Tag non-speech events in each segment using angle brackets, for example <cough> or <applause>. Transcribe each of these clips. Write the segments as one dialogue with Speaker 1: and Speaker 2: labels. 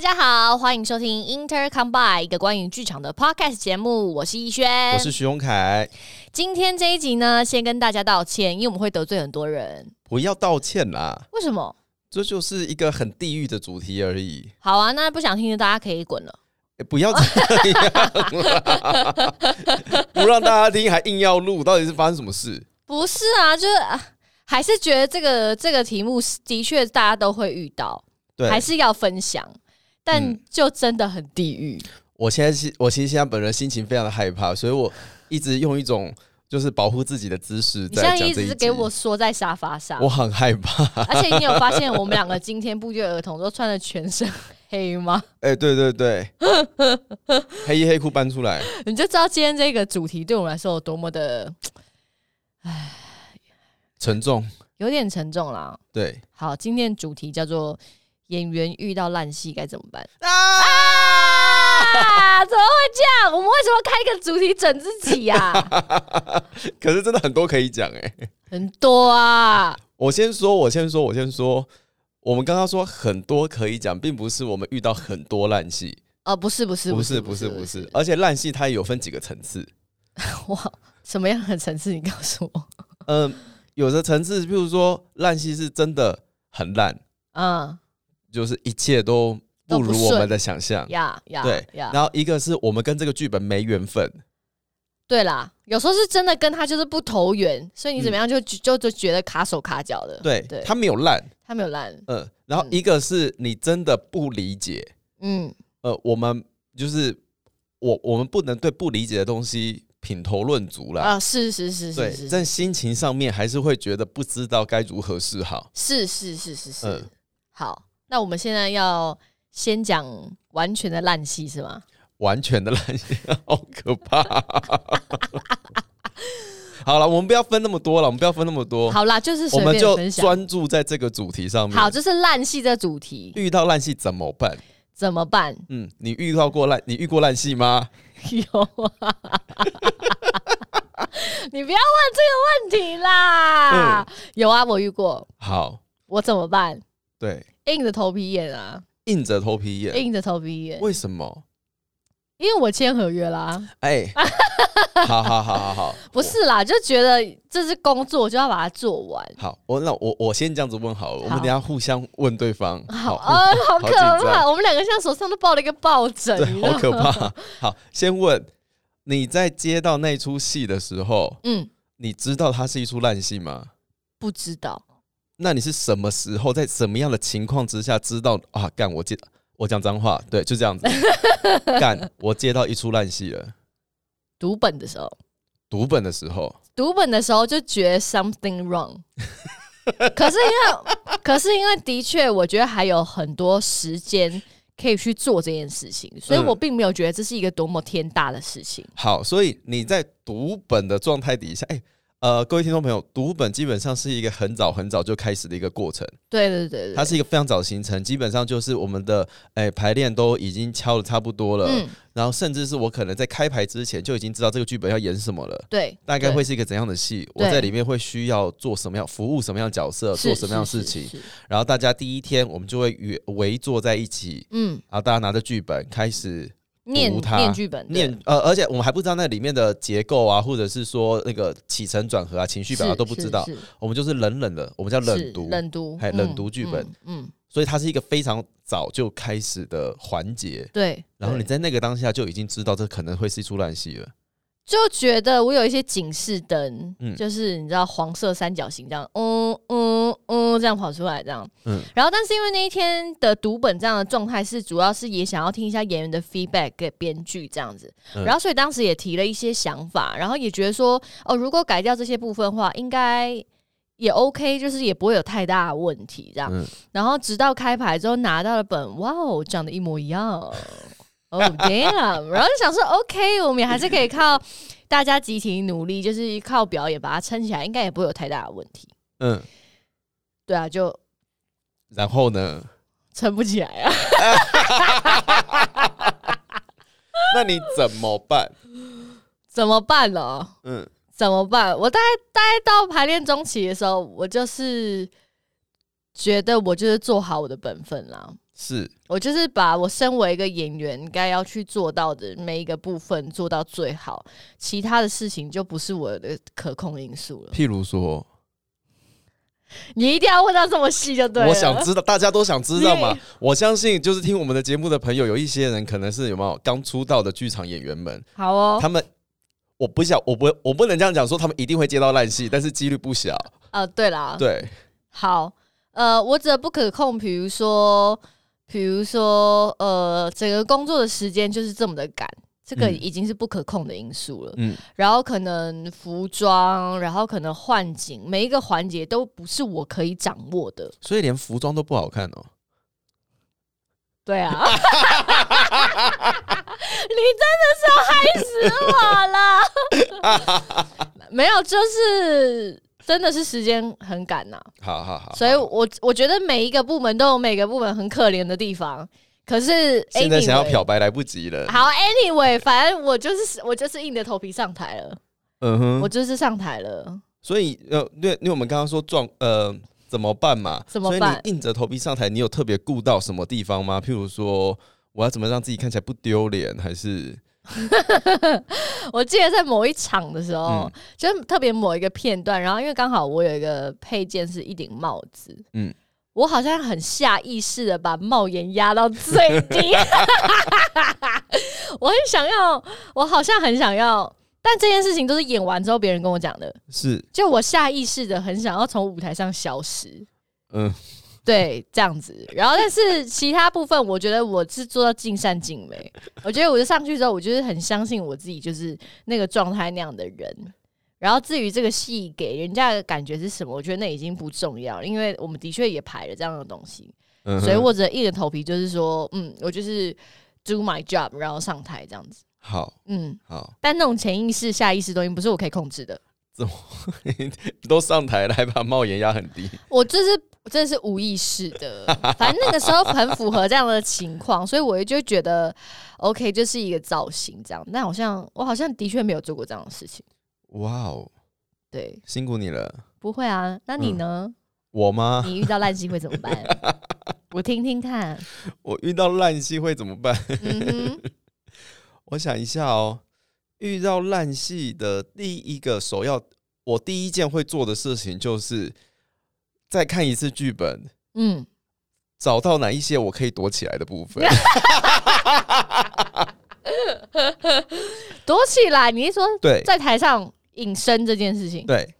Speaker 1: 家好，欢迎收听 Inter Combine 一个关于剧场的 podcast 节目，我是逸轩，
Speaker 2: 我是徐永凯，
Speaker 1: 今天这一集呢，先跟大家道歉，因为我们会得罪很多人。
Speaker 2: 不要道歉啦，
Speaker 1: 为什么？
Speaker 2: 这就是一个很地狱的主题而已，
Speaker 1: 好啊，那不想听的大家可以滚了。
Speaker 2: 诶不
Speaker 1: 哦
Speaker 2: 要这样啦， <laughs> 不让大家听还硬要录，到底是发生什么事？
Speaker 1: 不是啊，就是、啊、还是觉得这个这个题目是的确大家都会遇到，
Speaker 2: 对，
Speaker 1: 还是要分享，但
Speaker 2: 嗯
Speaker 1: 就真的很地狱。
Speaker 2: 我现在是，我其实现在本人心情非常的害怕，所以我一直用一种就是保护自己的姿势
Speaker 1: 你现在
Speaker 2: 在讲
Speaker 1: 一
Speaker 2: 这
Speaker 1: 直
Speaker 2: 一
Speaker 1: 给
Speaker 2: 集
Speaker 1: 我，缩在沙发上
Speaker 2: 我，很害怕。
Speaker 1: 而且你有发现我们两个今天不约而同都穿的全身黑吗？
Speaker 2: 哎、对对对，黑衣黑裤搬出来，
Speaker 1: 你就知道今天这个主题对我们来说有多么的
Speaker 2: 沉重，
Speaker 1: 有点沉重啦。 <laughs>
Speaker 2: 对
Speaker 1: 好，今天主题叫做演员遇到烂戏该怎么办
Speaker 2: 啊！
Speaker 1: 啊？怎么会这样？我们为什么开一个主题整自己呀、 <laughs>
Speaker 2: 可是真的很多可以讲哎、
Speaker 1: 很多啊，
Speaker 2: 我先说，我先说，我先说。我们刚刚说很多可以讲，并不是我们遇到很多烂戏，
Speaker 1: 哦，不是不是
Speaker 2: 不
Speaker 1: 是
Speaker 2: 是，不是，不是，，而且烂戏它也有分几个层次。
Speaker 1: <laughs> 哇，什么样的层次？你告诉我，
Speaker 2: 嗯、有的层次，譬如说烂戏是真的很烂，
Speaker 1: 嗯
Speaker 2: 就是一切都不
Speaker 1: 都不
Speaker 2: 如
Speaker 1: 顺
Speaker 2: 我们的想象。
Speaker 1: 呀呀，
Speaker 2: 对，
Speaker 1: 呀，
Speaker 2: 然后一个是我们跟这个剧本没缘分，
Speaker 1: 对啦，有时候是真的跟他就是不投缘，所以你怎么样就、就就觉得卡手卡脚的，
Speaker 2: 嗯对
Speaker 1: 对，，
Speaker 2: 它没有烂，
Speaker 1: 他没有烂，
Speaker 2: 嗯、然后
Speaker 1: 嗯
Speaker 2: 一个是你真的不理解，
Speaker 1: 嗯，
Speaker 2: 呃，我们就是我我们不能对不理解的东西品头论足啦。
Speaker 1: 啊，是是是是
Speaker 2: 对
Speaker 1: 是，，
Speaker 2: 在心情上面还是会觉得不知道该如何是好。
Speaker 1: 是是是是是。
Speaker 2: 嗯
Speaker 1: 好，那我们现在要先讲完全的烂戏是吗？
Speaker 2: 完全的烂心，好可怕。 <laughs> 好了，我们不要分那么多了，我们不要分那么多，
Speaker 1: 好啦，就是
Speaker 2: 哦我
Speaker 1: 随
Speaker 2: 们
Speaker 1: 便
Speaker 2: 就
Speaker 1: 分享。
Speaker 2: 专注在这个主题上面。
Speaker 1: 好，这是烂戏这主
Speaker 2: <laughs>
Speaker 1: 题
Speaker 2: 遇到烂戏怎么办？
Speaker 1: 怎么办？
Speaker 2: 嗯，你遇到过烂，你遇过烂戏吗？
Speaker 1: 有啊， <laughs> 你不要问这个问题啦。
Speaker 2: 嗯
Speaker 1: 有啊，我遇过，
Speaker 2: 好，
Speaker 1: 我怎么办？
Speaker 2: 对，
Speaker 1: 硬着头皮演啊，
Speaker 2: 硬着头皮演，
Speaker 1: 硬着头皮演，
Speaker 2: 为什么？
Speaker 1: 因为我签合约啦， <laughs>
Speaker 2: 哎，好好好好好，
Speaker 1: 不是啦，就觉得这是工作，我就要把它做完。
Speaker 2: 我。好，我那我我先这样子问好了，我们
Speaker 1: 好
Speaker 2: 等一下互相问对方。
Speaker 1: 好，
Speaker 2: 互
Speaker 1: 啊，好可
Speaker 2: 好紧
Speaker 1: 怕！
Speaker 2: 张
Speaker 1: 我们两个像手上都抱了一个抱枕，
Speaker 2: 对
Speaker 1: 你，知道
Speaker 2: 好
Speaker 1: 吗
Speaker 2: 可怕。啊好，先问你在接到那出戏的时候，
Speaker 1: 嗯，
Speaker 2: 你知道它是一出烂戏吗？
Speaker 1: 不知道，
Speaker 2: 那你是什么时候，在什么样的情况之下知道啊？干，我接我讲脏话，对，就这样子。干，我接到一出烂戏了，
Speaker 1: 读本的时候，
Speaker 2: 读本的时候，
Speaker 1: 读本的时候就觉得 something wrong。可是因为， <laughs> 可是因为的确，我觉得还有很多时间可以去做这件事情，所以
Speaker 2: 嗯
Speaker 1: 我并没有觉得这是一个多么天大的事情。
Speaker 2: 好，所以你在读本的状态底下，哎、呃，各位听众朋友，读本基本上是一个很早很早就开始的一个过程，
Speaker 1: 对对对对
Speaker 2: 它，是一个非常早的行程，基本上就是我们的哎、排练都已经敲的差不多了，
Speaker 1: 嗯，
Speaker 2: 然后甚至是我可能在开牌之前就已经知道这个剧本要演什么了，
Speaker 1: 对，
Speaker 2: 大概
Speaker 1: 对
Speaker 2: 会是一个怎样的戏，我
Speaker 1: 对
Speaker 2: 在里面会需要做什么样服务什么样的角色，做
Speaker 1: 是
Speaker 2: 什么样的
Speaker 1: 是
Speaker 2: 事
Speaker 1: 是
Speaker 2: 情。
Speaker 1: 是
Speaker 2: 然后大家第一天我们就会围围坐在一起，
Speaker 1: 嗯，
Speaker 2: 然后大家拿着剧本开始
Speaker 1: 念
Speaker 2: 它
Speaker 1: 念剧本，对
Speaker 2: 念，呃，而且我们还不知道那里面的结构啊，或者是说那个起承转合啊、情绪表达
Speaker 1: 是
Speaker 2: 都不知道，
Speaker 1: 是是
Speaker 2: 我们就是冷冷的，我们叫冷
Speaker 1: 是
Speaker 2: 读，
Speaker 1: 冷读，
Speaker 2: 哎
Speaker 1: 嗯
Speaker 2: 冷读剧本，
Speaker 1: 嗯，嗯
Speaker 2: 所以它是一个非常早就开始的环节。
Speaker 1: 对。
Speaker 2: 然后
Speaker 1: 对
Speaker 2: 你在那个当下就已经知道这可能会是一出烂戏了。
Speaker 1: 就觉得我有一些警示灯，
Speaker 2: 嗯
Speaker 1: 就是你知道黄色三角形这样，嗯嗯嗯，这样跑出来这样。
Speaker 2: 嗯
Speaker 1: 然后，但是因为那一天的读本这样的状态是，主要是也想要听一下演员的 feedback 给编剧这样子。
Speaker 2: 嗯
Speaker 1: 然后，所以当时也提了一些想法，然后也觉得说，哦，如果改掉这些部分的话，应该。也 OK，就是也不会有太大的问题这样。
Speaker 2: 嗯
Speaker 1: 然后直到开牌之后拿到了本，哇哦，长得一模一样。哦、damn！然后就想说，OK，我们也还是可以靠大家集体努力，就是靠表演把它撑起来，应该也不会有太大的问题。
Speaker 2: 嗯，
Speaker 1: 对啊，就
Speaker 2: 然后呢？
Speaker 1: 撑不起来啊。 <laughs>
Speaker 2: 那你怎么办？
Speaker 1: 怎么办呢？
Speaker 2: 嗯，
Speaker 1: 怎么办？我大概大概到排练中期的时候，我就是觉得我就是做好我的本分啦。
Speaker 2: 是
Speaker 1: 我就是把我身为一个演员该要去做到的每一个部分做到最好，其他的事情就不是我的可控因素了。
Speaker 2: 譬如说，
Speaker 1: 你一定要问到这么细就对了。啊
Speaker 2: 我想知道，大家都想知道嘛
Speaker 1: 你。
Speaker 2: 我相信，就是听我们的节目的朋友，有一些人可能是有没有刚出道的剧场演员们，
Speaker 1: 好哦，
Speaker 2: 他们我不想，我不我不能这样讲说他们一定会接到烂戏，但是几率不小。
Speaker 1: 呃，对啦，
Speaker 2: <laughs> 对，
Speaker 1: 好，呃，我指的不可控，比如说，比如说，呃，整个工作的时间就是这么的赶，这个
Speaker 2: 嗯
Speaker 1: 已经是不可控的因素了。
Speaker 2: 嗯，
Speaker 1: 然后可能服装，然后可能换景，每一个环节都不是我可以掌握的。
Speaker 2: 所以连服装都不好看哦。
Speaker 1: 对啊， <laughs> 你真的是要害死我了！ <laughs> 没有，就是真的是时间很赶呐、
Speaker 2: 好好好，
Speaker 1: 所以我我觉得每一个部门都有每个部门很可怜的地方。可是 anyway,
Speaker 2: 现在想要漂白来不及了。
Speaker 1: 好，anyway，反正我就是我就是硬着头皮上台了，
Speaker 2: 嗯哼，
Speaker 1: 我就是上台了。
Speaker 2: 所以呃，因为因为我们刚刚说状呃怎么办嘛？
Speaker 1: 怎么
Speaker 2: 所
Speaker 1: 办
Speaker 2: 以你硬着头皮上台，你有特别顾到什么地方吗？譬如说，我要怎么让自己看起来不丢脸，还是
Speaker 1: 我记得在某一场的时候，
Speaker 2: 嗯
Speaker 1: 就是特别某一个片段，然后因为刚好我有一个配件是一顶帽子，嗯
Speaker 2: 嗯，
Speaker 1: 我好像很下意识的把帽檐压到最
Speaker 2: <laughs>
Speaker 1: 低，我很想要，我好像很想要，但这件事情都是演完之后别人跟我讲的，
Speaker 2: 是
Speaker 1: 就我下意识的很想要从舞台上消失，
Speaker 2: 嗯
Speaker 1: 对，这样子。然后，但是其他部分，我觉得我是做到尽善尽美。我觉得我就上去之后，我就是很相信我自己，就是那个状态那样的人。然后，至于这个戏给人家的感觉是什么，我觉得那已经不重要了，因为我们的确也排了这样的东西，
Speaker 2: 嗯哼，
Speaker 1: 所以我只能硬着头皮，就是说，嗯，我就是 do my job，然后上台这样子，
Speaker 2: 好
Speaker 1: 嗯。
Speaker 2: 好 <laughs>
Speaker 1: 但那种潜意识、下意识的东西不是我可以控制的，
Speaker 2: 都上台了，还把帽檐压很低。
Speaker 1: 我就是真的是无意识的，反正那个时候很符合这样的情况，所以我就觉得 OK，就是一个造型这样。但好像我好像的确没有做过这样的事情，
Speaker 2: 哇哦，
Speaker 1: 对，
Speaker 2: 辛苦你了，
Speaker 1: 不会啊。那
Speaker 2: 嗯
Speaker 1: 你呢？
Speaker 2: 我吗？
Speaker 1: 你遇到烂戏会怎么办？我听听看。
Speaker 2: 我遇到烂戏会怎么办？
Speaker 1: 嗯哼，
Speaker 2: 我想一下哦，遇到烂戏的第一个首要，我第一件会做的事情就是再看一次剧本，
Speaker 1: 嗯，
Speaker 2: 找到哪一些我可以躲起来的部分。
Speaker 1: 躲起来。你是说
Speaker 2: 对
Speaker 1: 在台上隐身这件事情？
Speaker 2: 对，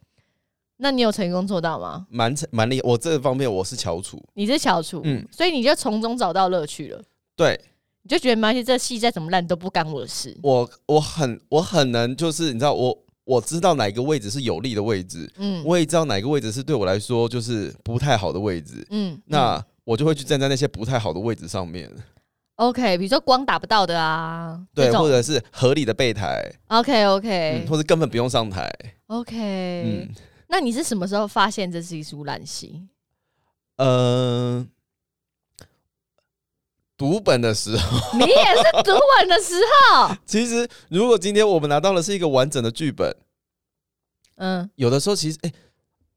Speaker 1: 那你有成功做到吗？
Speaker 2: 蛮蛮厉害。我这方面我是翘楚，
Speaker 1: 你是翘楚，
Speaker 2: 嗯
Speaker 1: 所以你就从中找到乐趣了。
Speaker 2: 对
Speaker 1: 你就觉得没关系，这戏再怎么烂都不干我的事。
Speaker 2: 我我很我很能就是你知道我我知道哪个位置是有利的位置，
Speaker 1: 嗯
Speaker 2: 我也知道哪个位置是对我来说就是不太好的位置，
Speaker 1: 嗯，
Speaker 2: 那我就会去站在那些不太好的位置上面，
Speaker 1: OK，比如说光打不到的啊，
Speaker 2: 对，
Speaker 1: 这种
Speaker 2: 或者是合理的备台，
Speaker 1: OK
Speaker 2: 嗯，
Speaker 1: OK
Speaker 2: 或者根本不用上台，
Speaker 1: OK，、
Speaker 2: 嗯
Speaker 1: 那你是什么时候发现这是一出烂戏？
Speaker 2: 呃，读本的时候。 <laughs>
Speaker 1: 你也是读文的时候， <laughs>
Speaker 2: 其实，如果今天我们拿到的是一个完整的剧本，
Speaker 1: 嗯，
Speaker 2: 有的时候其实，哎、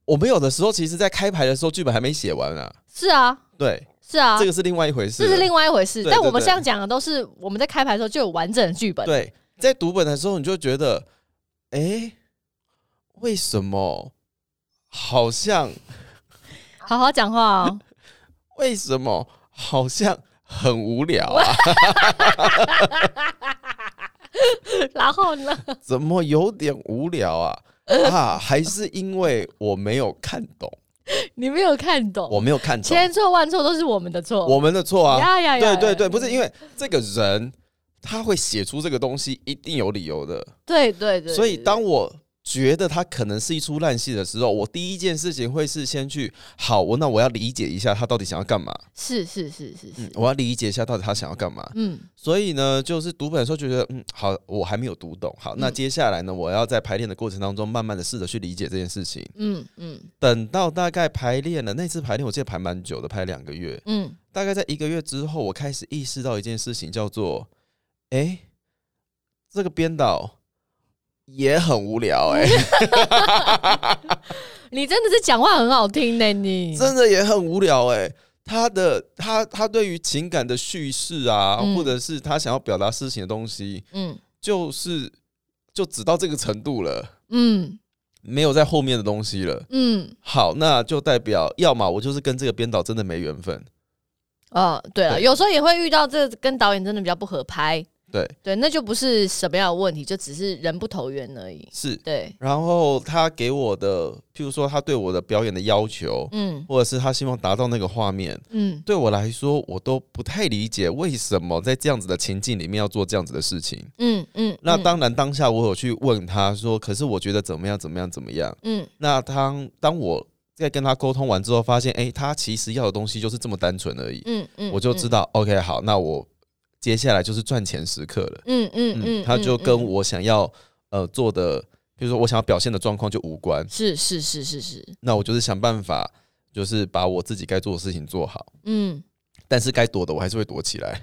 Speaker 2: 我们有的时候其实，在开牌的时候，剧本还没写完啊。
Speaker 1: 是啊，
Speaker 2: 对，
Speaker 1: 是啊，
Speaker 2: 这个是另外一回事
Speaker 1: 这
Speaker 2: 了。
Speaker 1: 是另外一回事。
Speaker 2: 对
Speaker 1: 但
Speaker 2: 对
Speaker 1: 我们
Speaker 2: 对
Speaker 1: 这样讲的都是我们在开牌的时候就有完整的剧本，
Speaker 2: 对，在读本的时候，你就觉得，哎、为什么？好像
Speaker 1: 好好讲话
Speaker 2: <laughs>
Speaker 1: 哦。
Speaker 2: 为什么？好像很无聊啊？
Speaker 1: 然后呢？
Speaker 2: 怎么有点无聊
Speaker 1: <laughs>
Speaker 2: 啊？啊，还是因为我没有看懂，
Speaker 1: 你没有看
Speaker 2: 我
Speaker 1: 懂，
Speaker 2: 没有看懂，
Speaker 1: 千错万错都是我们的错。
Speaker 2: 我们的错啊。
Speaker 1: 呀呀呀！
Speaker 2: 对对对，不是因为这个人他会写出这个东西，一定有理由的。
Speaker 1: 对对对，
Speaker 2: 所以当我觉得他可能是一出烂戏的时候，我第一件事情会是先去好，我那我要理解一下他到底想要干嘛。
Speaker 1: 是是是是是
Speaker 2: 嗯，，我要理解一下到底他想要干嘛。
Speaker 1: 嗯
Speaker 2: 所以呢，就是读本的时候觉得，嗯，好，我还没有读懂。好，那
Speaker 1: 嗯
Speaker 2: 接下来呢，我要在排练的过程当中，慢慢的试着去理解这件事情。
Speaker 1: 嗯嗯
Speaker 2: 等到大概排练了，那次排练我记得排蛮久的，排两个月。
Speaker 1: 嗯，
Speaker 2: 大概在一个月之后，我开始意识到一件事情，叫做，哎、这个编导也很无聊、诶，哎，
Speaker 1: 你真的是讲话很好听呢，你嗯
Speaker 2: 真的也很无聊、诶，哎，他的他他对于情感的叙事啊，
Speaker 1: 嗯
Speaker 2: 或者是他想要表达事情的东西，
Speaker 1: 嗯
Speaker 2: 就是就只到这个程度了，
Speaker 1: 嗯
Speaker 2: 没有在后面的东西了。
Speaker 1: 嗯，
Speaker 2: 好，那就代表要么我就是跟这个编导真的没缘分，
Speaker 1: 哦，对了，
Speaker 2: 对
Speaker 1: 有时候也会遇到这跟导演真的比较不合拍，
Speaker 2: 对，
Speaker 1: 对，那就不是什么样的问题，就只是人不投缘而已。
Speaker 2: 是。
Speaker 1: 对，
Speaker 2: 然后他给我的，譬如说他对我的表演的要求，
Speaker 1: 嗯
Speaker 2: 或者是他希望达到那个画面，
Speaker 1: 嗯
Speaker 2: 对我来说，我都不太理解为什么在这样子的情境里面要做这样子的事情。
Speaker 1: 嗯嗯，
Speaker 2: 那当然，当下我有去问他说，可是我觉得怎么样，怎么样，怎么样。
Speaker 1: 嗯
Speaker 2: 那当当我在跟他沟通完之后，发现，哎、他其实要的东西就是这么单纯而已，
Speaker 1: 嗯嗯，
Speaker 2: 我就知道、o k 好，那我接下来就是赚钱时刻了。
Speaker 1: 嗯，嗯嗯
Speaker 2: 嗯，
Speaker 1: 嗯，
Speaker 2: 他就跟
Speaker 1: 嗯
Speaker 2: 我想要呃做的，比如说我想要表现的状况就无关，
Speaker 1: 是是是是是，
Speaker 2: 那我就是想办法，就是把我自己该做的事情做好。
Speaker 1: 嗯
Speaker 2: 但是该躲的我还是会躲起来，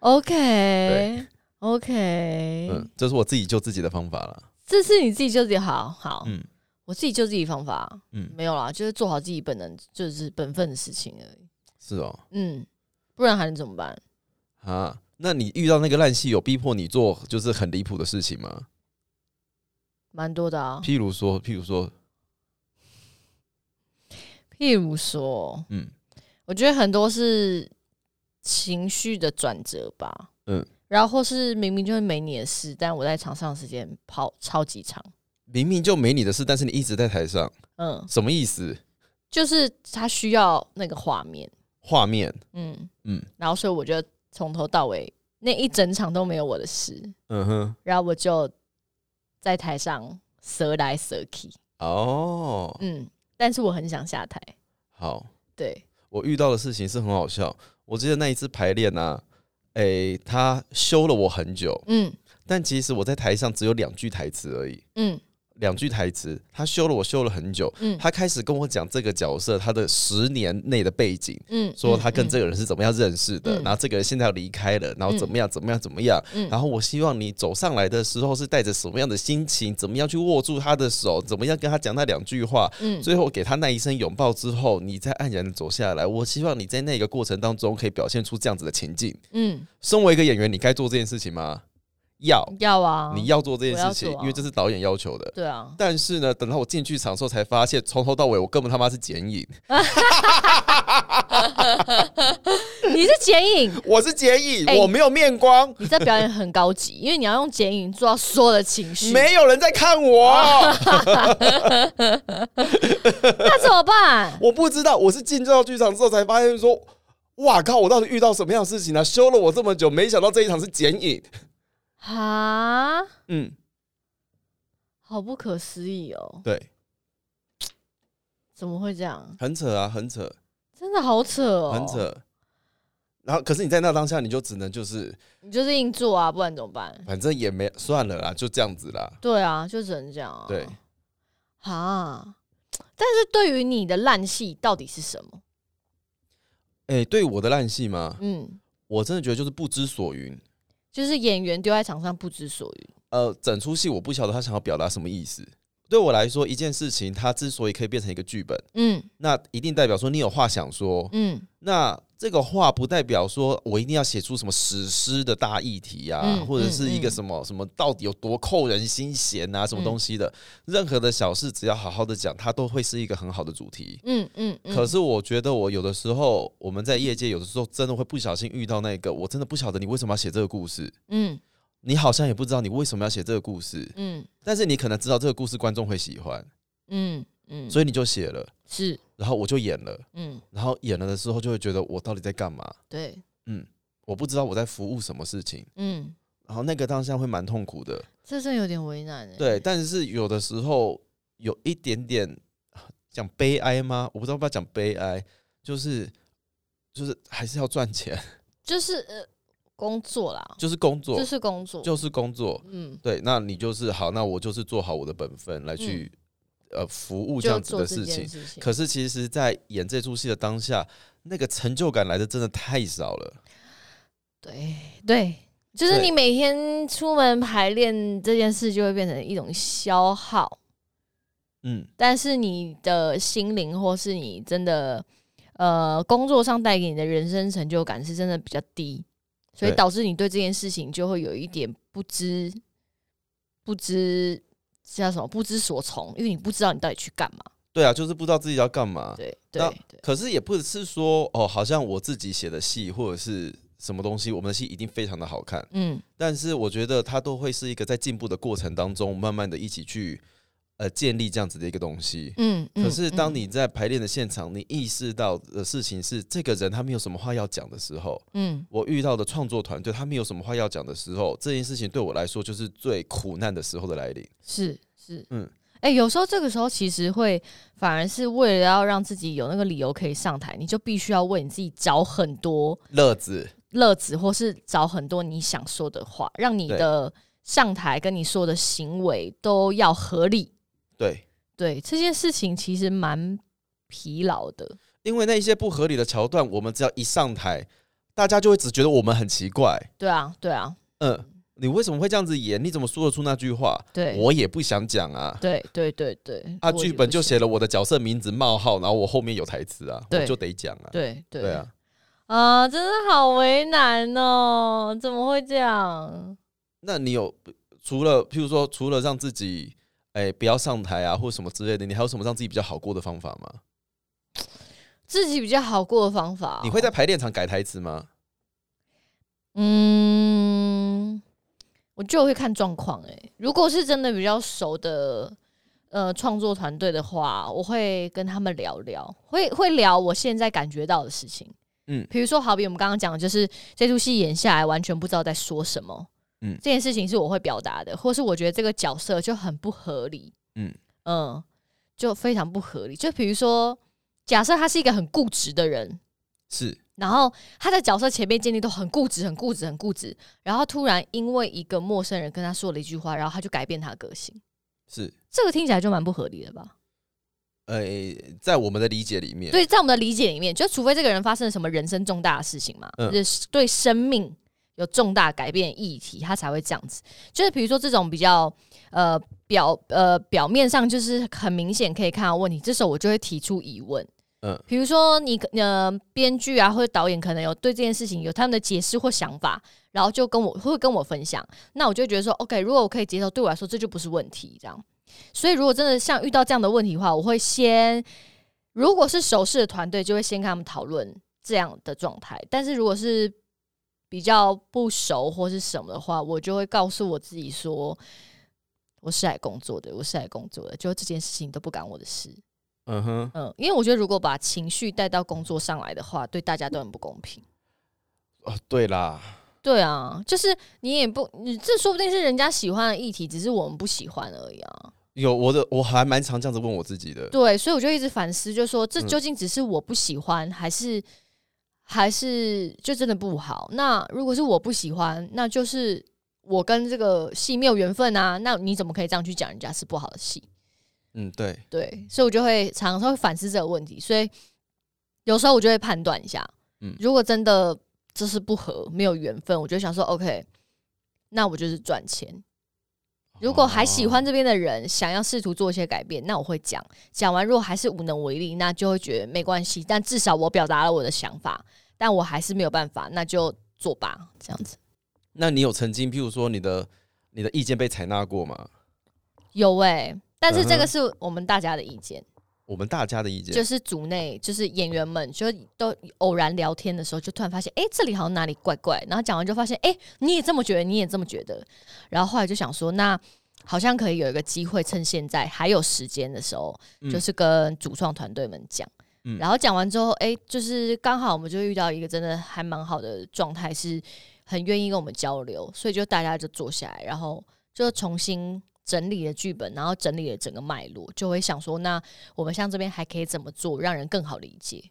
Speaker 1: ，OK OK，
Speaker 2: 嗯，这是我自己救自己的方法了，
Speaker 1: 这是你自己救自己，好好，
Speaker 2: 嗯
Speaker 1: 我自己救自己方法
Speaker 2: 嗯，
Speaker 1: 没有啦，就是做好自己本能就是本分的事情而已，
Speaker 2: 是哦，
Speaker 1: 嗯，不然还能怎么办？
Speaker 2: 啊，那你遇到那个烂戏有逼迫你做就是很离谱的事情吗？
Speaker 1: 蛮多的啊，
Speaker 2: 譬如说，譬如说，
Speaker 1: 譬如说，
Speaker 2: 嗯
Speaker 1: 我觉得很多是情绪的转折吧，
Speaker 2: 嗯
Speaker 1: 嗯，然后或是明明就是没你的事，但我在场上的时间跑超级长，
Speaker 2: 明明就没你的事，但是你一直在台上，
Speaker 1: 嗯，
Speaker 2: 什么意思？
Speaker 1: 就是他需要那个画面，
Speaker 2: 画面，
Speaker 1: 嗯
Speaker 2: 嗯
Speaker 1: 嗯，然后所以我就从头到尾那一整场都没有我的事，
Speaker 2: 嗯哼，
Speaker 1: 然后我就在台上蛇来蛇去，
Speaker 2: 哦，
Speaker 1: 嗯，但是我很想下台，
Speaker 2: 好，
Speaker 1: 对，
Speaker 2: 我遇到的事情是很好笑。我记得那一次排练啊，诶、他修了我很久，
Speaker 1: 嗯
Speaker 2: 但其实我在台上只有两句台词而已，
Speaker 1: 嗯
Speaker 2: 两句台词，他修了我修了很久。
Speaker 1: 嗯，
Speaker 2: 他开始跟我讲这个角色他的十年内的背景，
Speaker 1: 嗯
Speaker 2: 说他跟这个人是怎么样认识的，
Speaker 1: 嗯
Speaker 2: 然后这个人现在要离开了，然后怎么样怎么样怎么样，
Speaker 1: 嗯
Speaker 2: 然后我希望你走上来的时候是带着什么样的心情，怎么样去握住他的手，怎么样跟他讲那两句话，
Speaker 1: 嗯
Speaker 2: 最后给他那一声拥抱之后，你再黯然的走下来。我希望你在那个过程当中可以表现出这样子的情境。
Speaker 1: 嗯
Speaker 2: 身为一个演员，你该做这件事情吗？要，
Speaker 1: 要啊，
Speaker 2: 你要做这件事情，
Speaker 1: 我要做啊
Speaker 2: 因为这是导演要求的。
Speaker 1: 对啊，
Speaker 2: 但是呢，等到我进剧场的时候，才发现从头到尾我根本他妈是剪影，
Speaker 1: 你是剪影，
Speaker 2: 我是剪影，
Speaker 1: 哎
Speaker 2: 我没有面光，
Speaker 1: 你这表演很高级，因为你要用剪影做到所有的情绪，
Speaker 2: 没有人在看我，
Speaker 1: 那怎么办？
Speaker 2: <laughs> 我不知道，我是进到剧场之后才发现说。哇靠！我到底遇到什么样的事情呢、修了我这么久，没想到这一场是剪影。
Speaker 1: 哈，
Speaker 2: 嗯，
Speaker 1: 好不可思议哦，
Speaker 2: 对，
Speaker 1: 怎么会这样？
Speaker 2: 很扯啊，很扯。
Speaker 1: 真的好扯哦，
Speaker 2: 很，扯。然后，可是你在那当下，你就只能就是，
Speaker 1: 你就是硬做啊，不然怎么办？
Speaker 2: 反正也没算了啦，就这样子啦。
Speaker 1: 对啊，就只能这样啊。
Speaker 2: 对，
Speaker 1: 哈，但是对于你的烂戏到底是什么？
Speaker 2: 哎、对我的烂戏吗？
Speaker 1: 嗯，
Speaker 2: 我真的觉得就是不知所云。
Speaker 1: 就是演员丢在场上不知所云。
Speaker 2: 呃，整出戏我不晓得他想要表达什么意思。对我来说，一件事情它之所以可以变成一个剧本，
Speaker 1: 嗯
Speaker 2: 那一定代表说你有话想说。
Speaker 1: 嗯
Speaker 2: 那这个话不代表说我一定要写出什么史诗的大议题啊，
Speaker 1: 嗯
Speaker 2: 或者是一个
Speaker 1: 嗯嗯嗯
Speaker 2: 什么什么到底有多扣人心弦啊，什么东西的。任何的小事，只要好好的讲，它都会是一个很好的主题。
Speaker 1: 嗯嗯嗯，
Speaker 2: 可是我觉得，我有的时候我们在业界，有的时候真的会不小心遇到那个，我真的不晓得你为什么要写这个故事，
Speaker 1: 嗯
Speaker 2: 你好像也不知道你为什么要写这个故事，
Speaker 1: 嗯
Speaker 2: 但是你可能知道这个故事观众会喜欢，
Speaker 1: 嗯嗯，
Speaker 2: 所以你就写了，
Speaker 1: 是
Speaker 2: 然后我就演了，
Speaker 1: 嗯
Speaker 2: 然后演了的时候就会觉得我到底在干嘛？
Speaker 1: 对
Speaker 2: 我不知道我在服务什么事情，
Speaker 1: 嗯，
Speaker 2: 然哦后那个当下会蛮痛苦的，
Speaker 1: 这真的有点为难哎、
Speaker 2: 对。但是有的时候有一点点啊讲悲哀吗？我不知道要不要讲悲哀，就是就是还是要赚钱， <laughs>
Speaker 1: 就是呃工作啦，
Speaker 2: 就是工作
Speaker 1: 这，是工作，
Speaker 2: 就是工作。
Speaker 1: 嗯
Speaker 2: 对，那你就是好，那我就是做好我的本分来去、呃服务
Speaker 1: 嗯
Speaker 2: 这
Speaker 1: 就
Speaker 2: 样子
Speaker 1: 做
Speaker 2: 的
Speaker 1: 这
Speaker 2: 事
Speaker 1: 件
Speaker 2: 情。
Speaker 1: 事情。
Speaker 2: 可是其实，在演这出戏的当下，那个成就感来的真的太少了。
Speaker 1: 对对，就是
Speaker 2: 对
Speaker 1: 你每天出门排练这件事，就会变成一种消耗，
Speaker 2: 嗯，
Speaker 1: 但是你的心灵或是你真的呃工作上带给你的人生成就感是真的比较低，所以
Speaker 2: 对
Speaker 1: 导致你对这件事情就会有一点不知不知叫什么不知所从，因为你不知道你到底去干嘛。
Speaker 2: 对啊，就是不知道自己要干嘛。
Speaker 1: 对对
Speaker 2: 啊那
Speaker 1: 对，
Speaker 2: 可是也不是说哦，好像我自己写的戏或者是什么东西，我们的戏一定非常的好看。
Speaker 1: 嗯
Speaker 2: 但是我觉得它都会是一个在进步的过程当中，慢慢的一起去呃建立这样子的一个东西。
Speaker 1: 嗯。嗯
Speaker 2: 可是当
Speaker 1: 嗯
Speaker 2: 你在排练的现场，你意识到的事情是这个人他没有什么话要讲的时候，
Speaker 1: 嗯
Speaker 2: 我遇到的创作团队他没有什么话要讲的时候，这件事情对我来说就是最苦难的时候的来临。
Speaker 1: 是是，嗯
Speaker 2: 嗯，
Speaker 1: 哎、有时候这个时候其实会反而是为了要让自己有那个理由可以上台，你就必须要为你自己找很多
Speaker 2: 乐子，
Speaker 1: 乐子，或是找很多你想说的话，让你
Speaker 2: 对
Speaker 1: 的上台跟你说的行为都要合理。
Speaker 2: 对，
Speaker 1: 对这件事情其实蛮疲劳的，
Speaker 2: 因为那一些不合理的桥段，我们只要一上台，大家就会只觉得我们很奇怪。
Speaker 1: 对啊，对啊，
Speaker 2: 嗯，你为什么会这样子演？你怎么说得出那句话？
Speaker 1: 对，
Speaker 2: 我也不想讲啊。
Speaker 1: 对对对对，
Speaker 2: 啊，
Speaker 1: 我也
Speaker 2: 剧
Speaker 1: 不
Speaker 2: 本就
Speaker 1: 行，
Speaker 2: 写了我的角色名字冒号，然后我后面有台词啊，
Speaker 1: 对
Speaker 2: 我就得讲啊。
Speaker 1: 对对
Speaker 2: 对啊，，
Speaker 1: 啊，真的好为难哦，怎么会这样？
Speaker 2: 那你有除了譬如说，除了让自己哎、不要上台啊，或什么之类的，你还有什么让自己比较好过的方法吗？
Speaker 1: 自己比较好过的方法哦、
Speaker 2: 你会在排练场改台词吗？
Speaker 1: 嗯，我就会看状况哎。如果是真的比较熟的呃创作团队的话，我会跟他们聊聊，会会聊我现在感觉到的事情。嗯
Speaker 2: 嗯，
Speaker 1: 比如说，好比我们刚刚讲，的就是这出戏演下来，完全不知道在说什么。嗯
Speaker 2: 嗯，
Speaker 1: 这件事情是我会表达的，或是我觉得这个角色就很不合理。嗯
Speaker 2: 嗯
Speaker 1: 嗯，就非常不合理。就比如说，假设他是一个很固执的人，
Speaker 2: 是
Speaker 1: 然后他的角色前面建立都很固执、很固执、很固执，然后突然因为一个陌生人跟他说了一句话，然后他就改变他的个性，
Speaker 2: 是，
Speaker 1: 这个听起来就蛮不合理的吧？
Speaker 2: 哎、在我们的理解里面，
Speaker 1: 对，在我们的理解里面，就除非这个人发生了什么人生重大的事情嘛，
Speaker 2: 嗯
Speaker 1: 就是对生命有重大改变议题，他才会这样子。就是比如说这种比较呃表呃表面上就是很明显可以看到问题，这时候我就会提出疑问。嗯
Speaker 2: 嗯，
Speaker 1: 比如说你可呃，编剧啊或者导演可能有对这件事情有他们的解释或想法，然后就跟我会跟我分享，那我就会觉得说，OK，如果我可以接受，对我来说这就不是问题，这样。所以如果真的像遇到这样的问题的话，我会先，如果是熟识的团队，就会先跟他们讨论这样的状态，但是如果是比较不熟或是什么的话，我就会告诉我自己说，我是来工作的，我是来工作的，就这件事情都不干我的事。
Speaker 2: 嗯哼，
Speaker 1: 嗯，因为我觉得如果把情绪带到工作上来的话，对大家都很不公平。
Speaker 2: 哦，对啦，
Speaker 1: 对啊，就是你也不，你这说不定是人家喜欢的议题，只是我们不喜欢而已啊。
Speaker 2: 有我的，我还蛮常这样子问我自己的。
Speaker 1: 对，所以我就一直反思，就说这
Speaker 2: 嗯
Speaker 1: 究竟只是我不喜欢，还是还是就真的不好？那如果是我不喜欢，那就是我跟这个戏没有缘分啊。那你怎么可以这样去讲人家是不好的戏？
Speaker 2: 嗯，对，
Speaker 1: 对，所以我就会常常会反思这个问题，所以有时候我就会判断一下，
Speaker 2: 嗯
Speaker 1: 如果真的这是不合，没有缘分，我就想说，OK，那我就是赚钱。如果还喜欢
Speaker 2: 哦，
Speaker 1: 这边的人，想要试图做一些改变，那我会讲。讲完，如果还是无能为力，那就会觉得没关系。但至少我表达了我的想法，但我还是没有办法，那就做吧，这样子。
Speaker 2: 那你有曾经，譬如说你的你的意见被采纳过吗？
Speaker 1: 有哎、但是这个
Speaker 2: 嗯哼
Speaker 1: 是我们大家的意见，
Speaker 2: 我们大家的意见，
Speaker 1: 就是组内就是演员们，就都偶然聊天的时候，就突然发现，哎、这里好像哪里怪怪。然后讲完就发现，哎、你也这么觉得，你也这么觉得。然后后来就想说，那好像可以有一个机会，趁现在还有时间的时候，
Speaker 2: 嗯
Speaker 1: 就是跟主创团队们讲。
Speaker 2: 嗯
Speaker 1: 然后讲完之后，哎、就是刚好我们就遇到一个真的还蛮好的状态，是很愿意跟我们交流，所以就大家就坐下来，然后就重新整理了剧本，然后整理了整个脉络，就会想说，那我们像这边还可以怎么做，让人更好理解？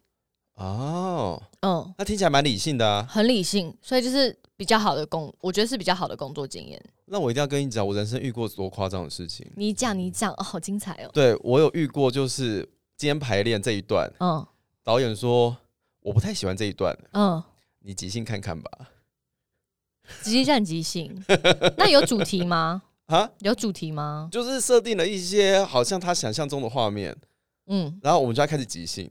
Speaker 2: 哦，
Speaker 1: 嗯，
Speaker 2: 那听起来蛮理性的啊。
Speaker 1: 很理性，所以就是比较好的工，我觉得是比较好的工作经验。
Speaker 2: 那我一定要跟你讲，我人生遇过多夸张的事情。
Speaker 1: 你讲，
Speaker 2: 嗯
Speaker 1: 你讲，哦，好精彩哦，
Speaker 2: 对我有遇过，就是今天排练这一段，
Speaker 1: 嗯
Speaker 2: 导演说我不太喜欢这一段，
Speaker 1: 嗯，
Speaker 2: 你即兴看看吧。
Speaker 1: 直接战即
Speaker 2: <laughs>
Speaker 1: 兴。那有主题吗？
Speaker 2: 啊，
Speaker 1: 有主题吗？
Speaker 2: 就是设定了一些好像他想象中的画面，
Speaker 1: 嗯，
Speaker 2: 然后我们就要开始即兴。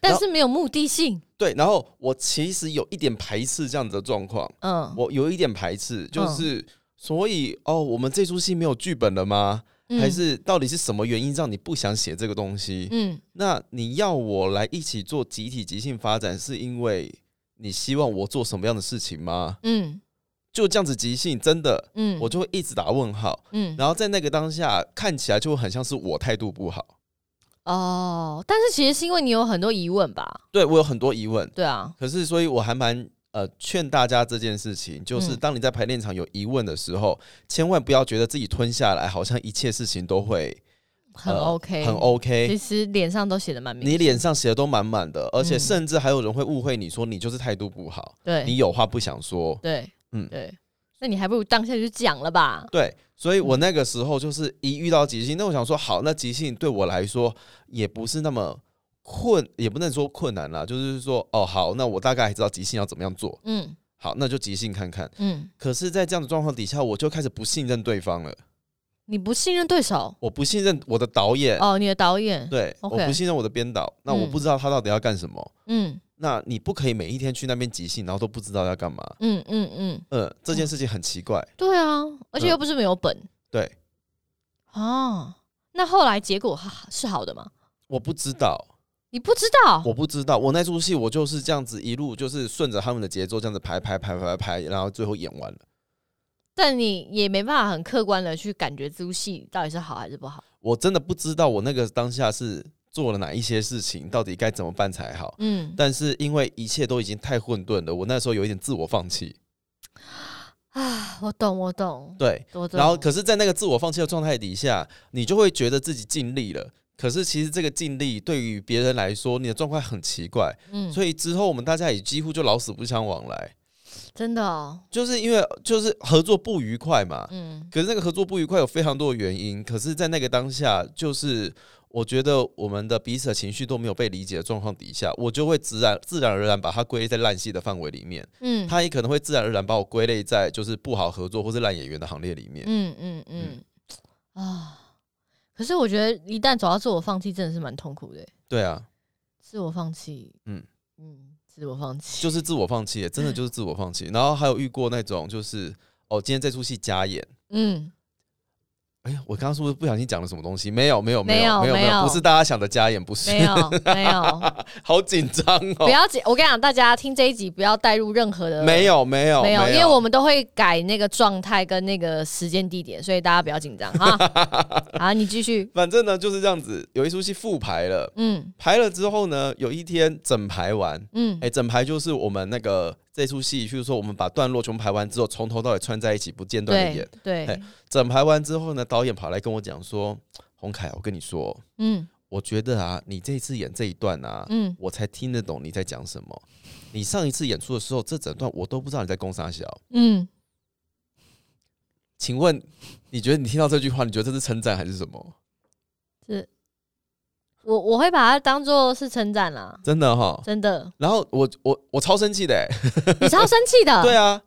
Speaker 1: 但是没有目的性。
Speaker 2: 对，然后我其实有一点排斥这样子的状况，
Speaker 1: 嗯
Speaker 2: 我有一点排斥，就是、所以哦，我们这出戏没有剧本了吗？
Speaker 1: 嗯
Speaker 2: 还是到底是什么原因让你不想写这个东西？
Speaker 1: 嗯
Speaker 2: 那你要我来一起做集体即兴发展，是因为你希望我做什么样的事情吗？
Speaker 1: 嗯
Speaker 2: 就这样子即兴，真的，
Speaker 1: 嗯，
Speaker 2: 我就会一直打问号。
Speaker 1: 嗯
Speaker 2: 然后在那个当下，看起来就会很像是我态度不好，
Speaker 1: 哦，但是其实是因为你有很多疑问吧？
Speaker 2: 对我有很多疑问。
Speaker 1: 对啊，
Speaker 2: 可是，所以我还蛮呃劝大家这件事情，就是
Speaker 1: 嗯
Speaker 2: 当你在排练场有疑问的时候，千万不要觉得自己吞下来，好像一切事情都会
Speaker 1: 很
Speaker 2: 呃
Speaker 1: OK，
Speaker 2: 很
Speaker 1: 其
Speaker 2: OK。
Speaker 1: 实脸上都写的蛮明
Speaker 2: 你
Speaker 1: 显，
Speaker 2: 脸上写的都满满的，而且
Speaker 1: 嗯
Speaker 2: 甚至还有人会误会你说你就是态度不好，你
Speaker 1: 对
Speaker 2: 有话不想说。
Speaker 1: 对，嗯
Speaker 2: 嗯
Speaker 1: 对，那你还不如当下就讲了吧？
Speaker 2: 对，所以我那个时候就是一遇到即兴，那我想说，好，那即兴对我来说也不是那么困，也不能说困难啦，就是说，哦，好，那我大概知道即兴要怎么样做，
Speaker 1: 嗯
Speaker 2: 好，那就即兴看看。
Speaker 1: 嗯，
Speaker 2: 可是，在这样的状况底下，我就开始不信任对方了，
Speaker 1: 你不信任对手
Speaker 2: 我不信任我的导演，
Speaker 1: 哦，你的导演，
Speaker 2: 对
Speaker 1: OK
Speaker 2: 我不信任我的编导，那
Speaker 1: 嗯
Speaker 2: 我不知道他到底要干什么。
Speaker 1: 嗯
Speaker 2: 那你不可以每一天去那边即兴，然后都不知道要干嘛。
Speaker 1: 嗯嗯嗯，
Speaker 2: 呃，这件事情很奇怪，
Speaker 1: 对啊，而且
Speaker 2: 嗯
Speaker 1: 又不是没有本
Speaker 2: 对，
Speaker 1: 哦。那后来结果哈是好的吗？
Speaker 2: 我不知道。
Speaker 1: 你不知道，
Speaker 2: 我不知道，我那出戏我就是这样子一路就是顺着他们的节奏这样子排排排排排，然后最后演完了。
Speaker 1: 但你也没办法很客观的去感觉这部戏到底是好还是不好。
Speaker 2: 我真的不知道我那个当下是做了哪一些事情，到底该怎么办才好。
Speaker 1: 嗯，
Speaker 2: 但是因为一切都已经太混沌了，我那时候有一点自我放弃。
Speaker 1: 啊，我懂，我懂，
Speaker 2: 对，
Speaker 1: 我懂。
Speaker 2: 然后可是，在那个自我放弃的状态底下，你就会觉得自己尽力了。可是其实这个尽力对于别人来说，你的状况很奇怪。
Speaker 1: 嗯，
Speaker 2: 所以之后我们大家也几乎就老死不相往来，
Speaker 1: 真的、哦，
Speaker 2: 就是因为就是合作不愉快嘛。
Speaker 1: 嗯
Speaker 2: 可是那个合作不愉快有非常多的原因，可是，在那个当下，就是我觉得我们的彼此的情绪都没有被理解的状况底下，我就会自然自然而然把它归类在烂戏的范围里面，
Speaker 1: 嗯
Speaker 2: 他也可能会自然而然把我归类在就是不好合作或是烂演员的行列里面。
Speaker 1: 嗯嗯嗯啊，可是我觉得一旦走到自我放弃，真的是蛮痛苦的。欸
Speaker 2: 对啊，
Speaker 1: 自我放弃，嗯
Speaker 2: 嗯
Speaker 1: 嗯，自我放弃，
Speaker 2: 就是自我放弃，真的就是自我放弃。然后还有遇过那种就是哦，今天这出戏加演。
Speaker 1: 嗯，
Speaker 2: 哎呀，我刚刚是不是不小心讲了什么东西？没有，没有，
Speaker 1: 没有
Speaker 2: 有，没
Speaker 1: 没有
Speaker 2: 不是大家想的加演，不是
Speaker 1: 没，有没有，
Speaker 2: <laughs> 好紧张
Speaker 1: 不
Speaker 2: 哦。
Speaker 1: 要紧。我跟你讲，大家听这一集不要带入任何的
Speaker 2: 没有，没有，
Speaker 1: 没有，因为我们都会改那个状态跟那个时间地点，所以大家不要紧张
Speaker 2: <laughs>
Speaker 1: 哈。好，你继续。
Speaker 2: 反正呢就是这样子，有一出戏复排了，
Speaker 1: 嗯
Speaker 2: 排了之后呢，有一天整排完，
Speaker 1: 嗯
Speaker 2: 哎、整排就是我们那个这出戏，譬如说我们把段落全部排完之后，从头到尾串在一起，不间断的
Speaker 1: 对
Speaker 2: 演。
Speaker 1: 对
Speaker 2: 哎，整排完之后呢，导演跑来跟我讲说：“洪凯，我跟你说，
Speaker 1: 嗯
Speaker 2: 我觉得啊，你这一次演这一段啊，
Speaker 1: 嗯，
Speaker 2: 我才听得懂你在讲什么。你上一次演出的时候，这整段我都不知道你在攻啥小。
Speaker 1: 嗯，
Speaker 2: 请问，你觉得你听到这句话，你觉得这是称赞还是什么？
Speaker 1: 我我会把它当做是称赞啦，
Speaker 2: 真的哈。”
Speaker 1: 真的，
Speaker 2: 然后我我我超生气的、欸，
Speaker 1: 你超生气的，
Speaker 2: <laughs> 对啊，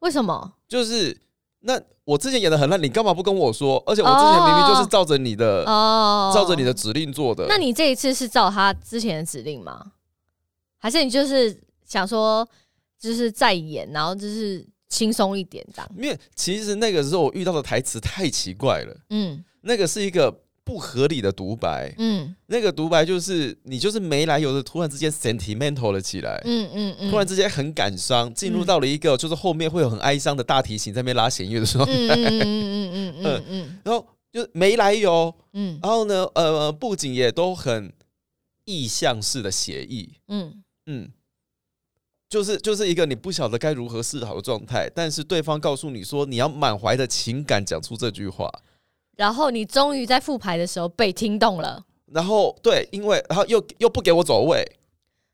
Speaker 1: 为什么？
Speaker 2: 就是那我之前演的很烂，你干嘛不跟我说？而且我之前明明就是照着你的、
Speaker 1: 哦，
Speaker 2: 呃照着你的，指令做的。
Speaker 1: 那你这一次是照他之前的指令吗？还是你就是想说，就是再演，然后就是轻松一点这样？
Speaker 2: 因为其实那个时候我遇到的台词太奇怪了，
Speaker 1: 嗯
Speaker 2: 那个是一个不合理的独白，
Speaker 1: 嗯
Speaker 2: 那个独白就是你就是没来由的突然之间 sentimental 了起来。
Speaker 1: 嗯嗯嗯，
Speaker 2: 突然之间很感伤，进入到了一个就是后面会有很哀伤的大提琴在那边拉弦乐的时候，
Speaker 1: 嗯嗯嗯嗯嗯嗯嗯
Speaker 2: 然后就没来由，
Speaker 1: 嗯
Speaker 2: 然后呢，呃，布景也都很意象式的写意，
Speaker 1: 嗯
Speaker 2: 嗯，就是就是一个你不晓得该如何是好的状态，但是对方告诉你说你要满怀的情感讲出这句话，
Speaker 1: 然后你终于在复牌的时候被听懂了，
Speaker 2: 然后对，因为然后又又不给我走位，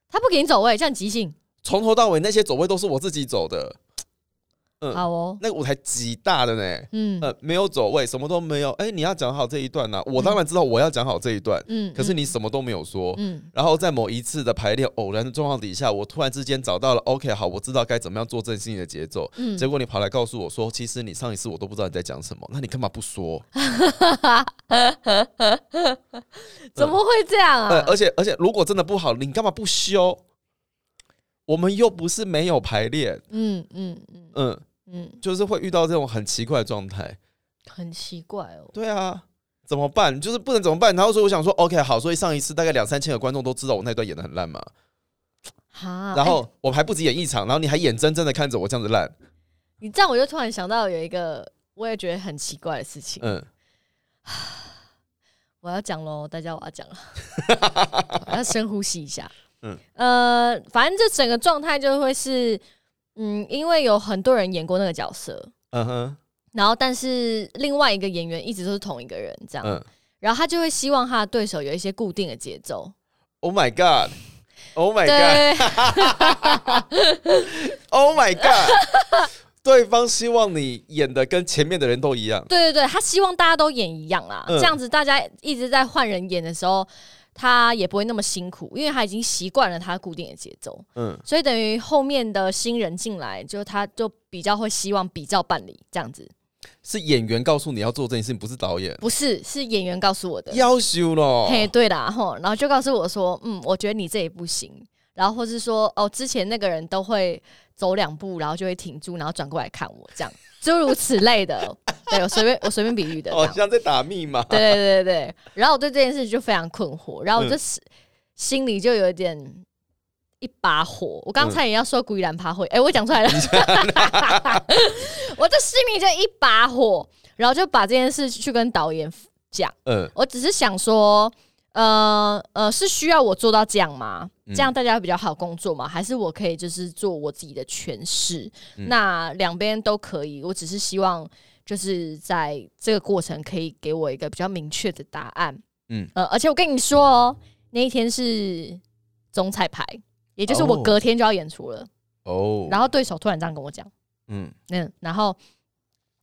Speaker 1: 他不给你走位，这样即兴。
Speaker 2: 从头到尾那些走位都是我自己走的，嗯
Speaker 1: 好哦，
Speaker 2: 那个舞台极大的呢，
Speaker 1: 嗯
Speaker 2: 呃，没有走位，什么都没有。哎、你要讲好这一段呐、我当然知道我要讲好这一段，
Speaker 1: 嗯，
Speaker 2: 可是你
Speaker 1: 嗯
Speaker 2: 什么都没有说。
Speaker 1: 嗯
Speaker 2: 然后在某一次的排练偶然的状况底下，我突然之间找到了 OK，好，我知道该怎么样做正性的节奏。
Speaker 1: 嗯
Speaker 2: 结果你跑来告诉我说，其实你上一次我都不知道你在讲什么，那你干嘛不说？
Speaker 1: 怎么会这样
Speaker 2: 呃，
Speaker 1: 啊？
Speaker 2: 而且而且，如果真的不好，你干嘛不修？我们又不是没有排练，
Speaker 1: 嗯嗯嗯
Speaker 2: 嗯，
Speaker 1: 嗯，
Speaker 2: 就是会遇到这种很奇怪的状态。
Speaker 1: 很奇怪哦。
Speaker 2: 对啊，怎么办？就是不能怎么办？然后所以我想说，OK，好，所以上一次大概两三千个观众都知道我那段演的很烂嘛，
Speaker 1: 哈，哎
Speaker 2: 然后我还不止演一场，然后你还眼睁睁的看着我这样子烂，
Speaker 1: 你这样我就突然想到有一个我也觉得很奇怪的事情，
Speaker 2: 嗯，
Speaker 1: 我要讲喽，大家我要讲
Speaker 2: <laughs>
Speaker 1: 了，我要深呼吸一下。
Speaker 2: 嗯
Speaker 1: 嗯，呃，反正这整个状态就会是，嗯，因为有很多人演过那个角色，
Speaker 2: 嗯哼，
Speaker 1: 然后但是另外一个演员一直都是同一个人这样，
Speaker 2: 嗯
Speaker 1: 然后他就会希望他的对手有一些固定的节奏。
Speaker 2: ，Oh my God，Oh my God。
Speaker 1: 对， <laughs>
Speaker 2: Oh my god！对 <laughs> 方希望你演的跟前面的人都一样，
Speaker 1: 对对对，他希望大家都演一样啦，
Speaker 2: 嗯
Speaker 1: 这样子大家一直在换人演的时候，他也不会那么辛苦，因为他已经习惯了他固定的节奏，
Speaker 2: 嗯
Speaker 1: 所以等于后面的新人进来，就他就比较会希望比较办理这样子，
Speaker 2: 是演员告诉你要做这件事情，不是导演。
Speaker 1: 不是是演员告诉我的，
Speaker 2: 要修咯，
Speaker 1: 嘿，对啦，吼，然后就告诉我说，嗯，我觉得你这也不行，然后或是说，哦，之前那个人都会走两步，然后就会停住，然后转过来看我，这样诸如此类的，对我随便我随便比喻的，这
Speaker 2: 好
Speaker 1: 样
Speaker 2: 哦像在打密 <laughs> 码。
Speaker 1: 对对对对，然后我对这件事就非常困惑，然后我就是、心里就有点一把火。我刚才也要说古雨兰趴会，哎、我讲出来了，我这心里就一把火，然后就把这件事去跟导演讲。
Speaker 2: 嗯
Speaker 1: 我只是想说，呃呃，是需要我做到这样吗？
Speaker 2: 嗯
Speaker 1: 这样大家会比较好工作吗？还是我可以就是做我自己的诠释？
Speaker 2: 嗯
Speaker 1: 那两边都可以，我只是希望就是在这个过程可以给我一个比较明确的答案。
Speaker 2: 嗯
Speaker 1: 嗯，呃，而且我跟你说哦，那一天是中彩排，也就是
Speaker 2: 哦
Speaker 1: 我隔天就要演出了，
Speaker 2: 哦，
Speaker 1: 然后对手突然这样跟我讲。
Speaker 2: 嗯
Speaker 1: 嗯，然后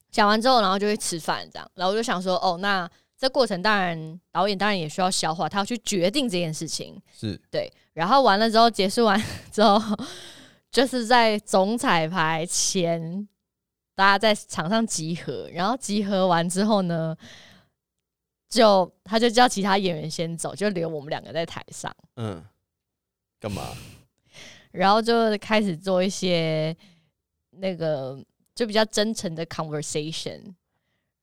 Speaker 1: 讲完之后，然后就会吃饭这样，然后我就想说，哦，那这过程当然导演当然也需要消化，他要去决定这件事情，
Speaker 2: 是
Speaker 1: 对。然后完了之后，结束完之后， <laughs> 就是在总彩排前，大家在场上集合，然后集合完之后呢，就他就叫其他演员先走，就留我们两个在台上。
Speaker 2: 嗯，干嘛？
Speaker 1: 然后就开始做一些那个就比较真诚的 conversation，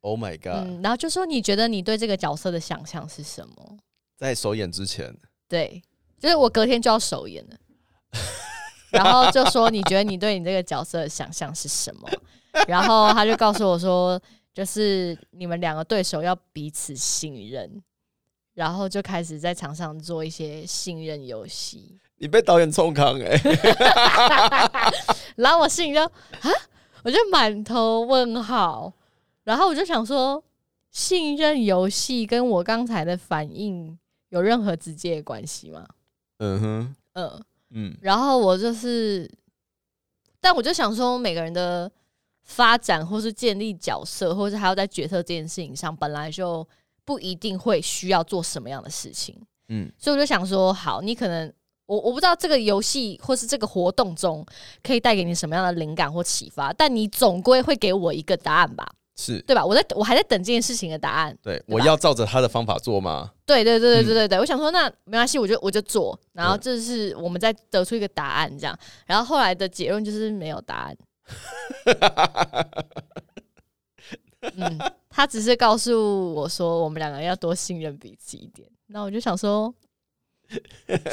Speaker 2: Oh my god！、
Speaker 1: 嗯，然后就说你觉得你对这个角色的想象是什么？
Speaker 2: 在首演之前，
Speaker 1: 对，就是我隔天就要首演了， <laughs> 然后就说你觉得你对你这个角色的想象是什么？ <laughs> 然后他就告诉我说，就是你们两个对手要彼此信任，然后就开始在场上做一些信任游戏。
Speaker 2: 你被导演冲康哎、
Speaker 1: 然后我心里就啊，我就满头问号，然后我就想说，信任游戏跟我刚才的反应有任何直接的关系吗？
Speaker 2: 嗯哼，
Speaker 1: <laughs> 嗯，
Speaker 2: 嗯
Speaker 1: 然后我就是，但我就想说，每个人的发展或是建立角色，或是还要在角色这件事情上，本来就不一定会需要做什么样的事情。
Speaker 2: 嗯
Speaker 1: 所以我就想说，好，你可能我我不知道这个游戏或是这个活动中可以带给你什么样的灵感或启发，但你总归会给我一个答案吧，
Speaker 2: 是
Speaker 1: 对吧？我在我还在等这件事情的答案。
Speaker 2: 对，
Speaker 1: 吧
Speaker 2: 我要照着他的方法做吗？
Speaker 1: 对对对对
Speaker 2: 嗯
Speaker 1: 对对对，我想说那没关系，我就我就做，然后这是我们再得出一个答案这样，然后后来的结论就是没有答案。
Speaker 2: <laughs>
Speaker 1: 嗯，他只是告诉我说我们两个要多信任彼此一点，那我就想说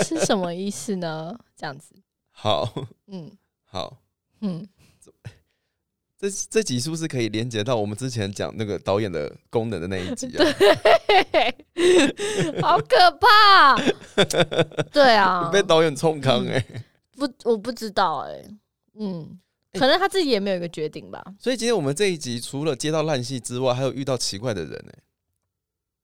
Speaker 1: 是什么意思呢？这样子，
Speaker 2: 好
Speaker 1: 嗯
Speaker 2: 好，
Speaker 1: 嗯， <laughs>
Speaker 2: 这这集是不是可以连接到我们之前讲那个导演的功能的那一集
Speaker 1: <laughs>
Speaker 2: 啊？
Speaker 1: 嘿嘿，好可怕，对啊嗯
Speaker 2: 你，被导演冲康哎、
Speaker 1: 不，我不知道哎、嗯，
Speaker 2: 欸
Speaker 1: 可能他自己也没有一个决定吧。
Speaker 2: 欸所以今天我们这一集除了接到烂戏之外，还有遇到奇怪的人哎、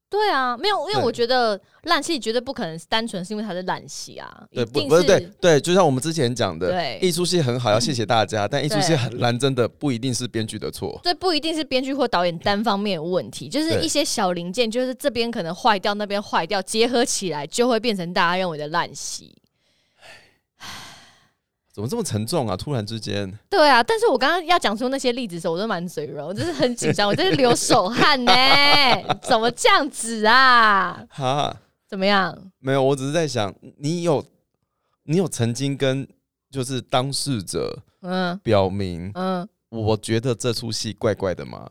Speaker 1: 对啊，没有，因为
Speaker 2: 对
Speaker 1: 我觉得烂戏绝对不可能单纯是因为它是烂戏啊，
Speaker 2: 对，
Speaker 1: 一
Speaker 2: 不
Speaker 1: 定
Speaker 2: 不是对对，就像我们之前讲的
Speaker 1: 对，
Speaker 2: 艺术系很好，要谢谢大家，但艺术系
Speaker 1: 对
Speaker 2: 很烂，真的不一定是编剧的错。
Speaker 1: 这不一定是编剧或导演单方面有问题，就是
Speaker 2: 对
Speaker 1: 一些小零件，就是这边可能坏掉，那边坏掉，结合起来就会变成大家认为的烂戏。
Speaker 2: 怎么这么沉重啊？突然之间，
Speaker 1: 对啊，但是我刚刚要讲出那些例子的时候，我都蛮嘴软，我真是很紧张，我真是流手汗呢、怎么这样子啊？
Speaker 2: 哈，
Speaker 1: 怎么样？
Speaker 2: 没有，我只是在想，你有你有曾经跟就是当事者
Speaker 1: 嗯
Speaker 2: 表明，
Speaker 1: 嗯，
Speaker 2: 我觉得这出戏怪怪的吗？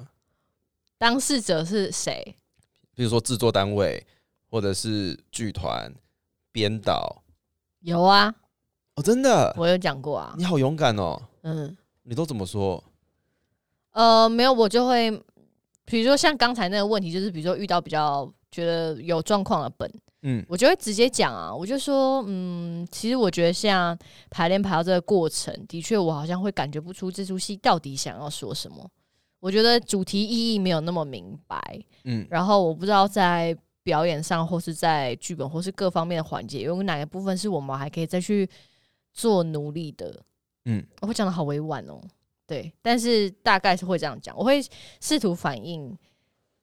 Speaker 1: 当事者是谁？
Speaker 2: 比如说制作单位，或者是剧团、编导。
Speaker 1: 有啊，
Speaker 2: 哦，真的，
Speaker 1: 我有讲过啊。
Speaker 2: 你好勇敢哦！
Speaker 1: 嗯，
Speaker 2: 你都怎么说？
Speaker 1: 呃，没有，我就会，比如说像刚才那个问题，就是比如说遇到比较觉得有状况的本。
Speaker 2: 嗯
Speaker 1: 我就会直接讲啊，我就说，嗯，其实我觉得像排练排到这个过程，的确我好像会感觉不出这出戏到底想要说什么。我觉得主题意义没有那么明白，
Speaker 2: 嗯
Speaker 1: 然后我不知道在表演上，或是在剧本，或是各方面的环节，有哪个部分是我们还可以再去做努力的。
Speaker 2: 嗯，
Speaker 1: 我会讲的好委婉哦，对，但是大概是会这样讲，我会试图反映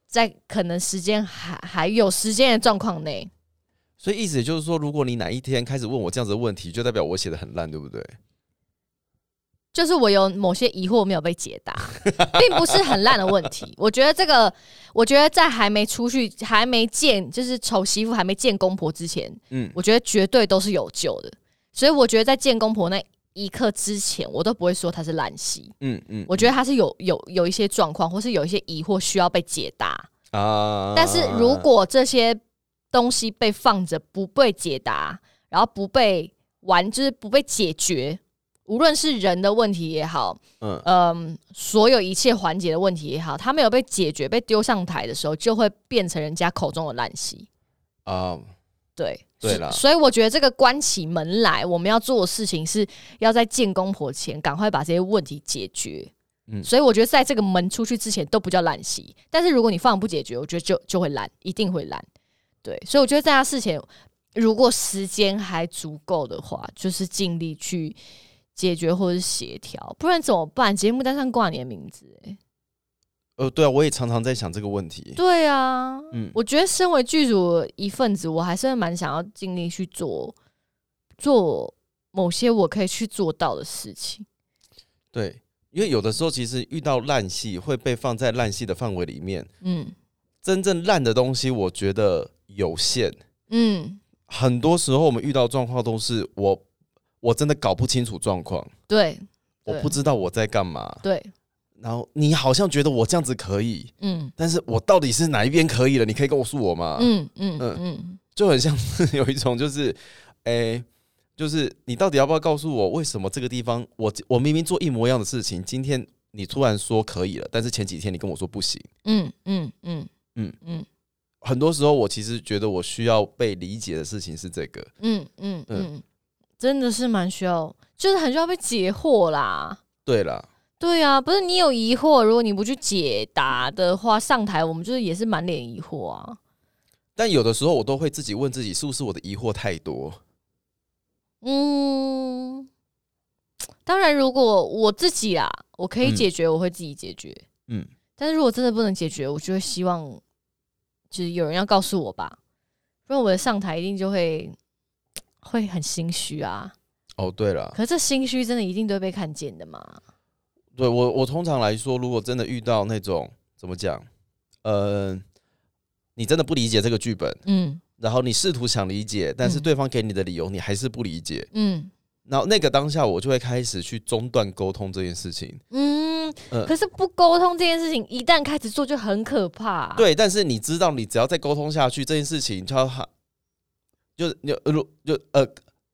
Speaker 1: 在可能时间还还有时间的状况内。
Speaker 2: 所以意思也就是说，如果你哪一天开始问我这样子的问题，就代表我写的很烂，对不对？
Speaker 1: 就是我有某些疑惑没有被解答， <laughs> 并不是很烂的问题。我觉得这个，我觉得在还没出去、还没见，就是丑媳妇还没见公婆之前，
Speaker 2: 嗯，
Speaker 1: 我觉得绝对都是有救的。所以我觉得在见公婆那一刻之前，我都不会说它是烂戏。
Speaker 2: 嗯嗯
Speaker 1: 我觉得它是有有有一些状况，或是有一些疑惑需要被解答。
Speaker 2: 得啊
Speaker 1: 但是如果这些东西被放着不被解答，然后不被完，就是不被解决，无论是人的问题也好，
Speaker 2: 嗯
Speaker 1: 嗯，所有一切环节的问题也好，它没有被解决、被丢上台的时候，就会变成人家口中的烂戏。
Speaker 2: 啊，
Speaker 1: 对，
Speaker 2: 对
Speaker 1: 所
Speaker 2: 啦
Speaker 1: 所以我觉得这个关起门来，我们要做的事情是要在见公婆前赶快把这些问题解决。
Speaker 2: 嗯
Speaker 1: 所以我觉得在这个门出去之前都不叫烂戏，但是如果你放不解决，我觉得就就会烂，一定会烂。对，所以我觉得在他事前，如果时间还足够的话，就是尽力去解决或者协调，不然怎么办？节目单上挂你的名字、欸，
Speaker 2: 呃，对啊，我也常常在想这个问题。
Speaker 1: 对啊，
Speaker 2: 嗯，
Speaker 1: 我觉得身为剧组的一份子，我还是会蛮想要尽力去做做某些我可以去做到的事情。
Speaker 2: 对，因为有的时候其实遇到烂戏会被放在烂戏的范围里面，
Speaker 1: 嗯
Speaker 2: 真正烂的东西我觉得有限。
Speaker 1: 嗯，
Speaker 2: 很多时候我们遇到状况都是我我真的搞不清楚状况，
Speaker 1: 对
Speaker 2: 我
Speaker 1: 对
Speaker 2: 不知道我在干嘛。
Speaker 1: 对，
Speaker 2: 然后你好像觉得我这样子可以，
Speaker 1: 嗯
Speaker 2: 但是我到底是哪一边可以了？你可以告诉我吗？
Speaker 1: 嗯嗯
Speaker 2: 嗯
Speaker 1: 嗯
Speaker 2: 就很像是 <laughs> 有一种就是，诶，就是你到底要不要告诉我为什么这个地方我我明明做一模一样的事情，今天你突然说可以了，但是前几天你跟我说不行。
Speaker 1: 嗯嗯嗯
Speaker 2: 嗯
Speaker 1: 嗯嗯
Speaker 2: 很多时候我其实觉得我需要被理解的事情是这个，
Speaker 1: 嗯嗯嗯，真的是蛮需要，就是很需要被解惑啦。
Speaker 2: 对啦，
Speaker 1: 对啊，不是你有疑惑，如果你不去解答的话，上台我们就是也是满脸疑惑啊。
Speaker 2: 但有的时候我都会自己问自己，是不是我的疑惑太多？
Speaker 1: 嗯，当然，如果我自己啦，我可以
Speaker 2: 嗯
Speaker 1: 解决，我会自己解决。
Speaker 2: 嗯，
Speaker 1: 但是如果真的不能解决，我就会希望就是有人要告诉我吧，不然我的上台一定就会会很心虚啊。
Speaker 2: 哦，对了，
Speaker 1: 可是这心虚真的一定都会被看见的嘛？
Speaker 2: 对我我通常来说，如果真的遇到那种怎么讲，呃，你真的不理解这个剧本，
Speaker 1: 嗯
Speaker 2: 然后你试图想理解，但是
Speaker 1: 嗯
Speaker 2: 对方给你的理由你还是不理解，
Speaker 1: 嗯
Speaker 2: 然后那个当下我就会开始去中断沟通这件事情。
Speaker 1: 嗯。
Speaker 2: 嗯
Speaker 1: 可是不沟通这件事情，一旦开始做就很可怕、
Speaker 2: 对，但是你知道，你只要再沟通下去，这件事情就要哈，就就如就呃，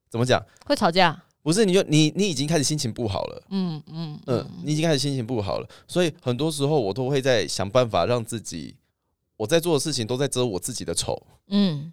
Speaker 2: 怎么讲？
Speaker 1: 会吵架。
Speaker 2: 不是，你就你你已经开始心情不好了。
Speaker 1: 嗯嗯
Speaker 2: 嗯，你已经开始心情不好了，所以很多时候我都会在想办法让自己，我在做的事情都在遮我自己的丑，
Speaker 1: 嗯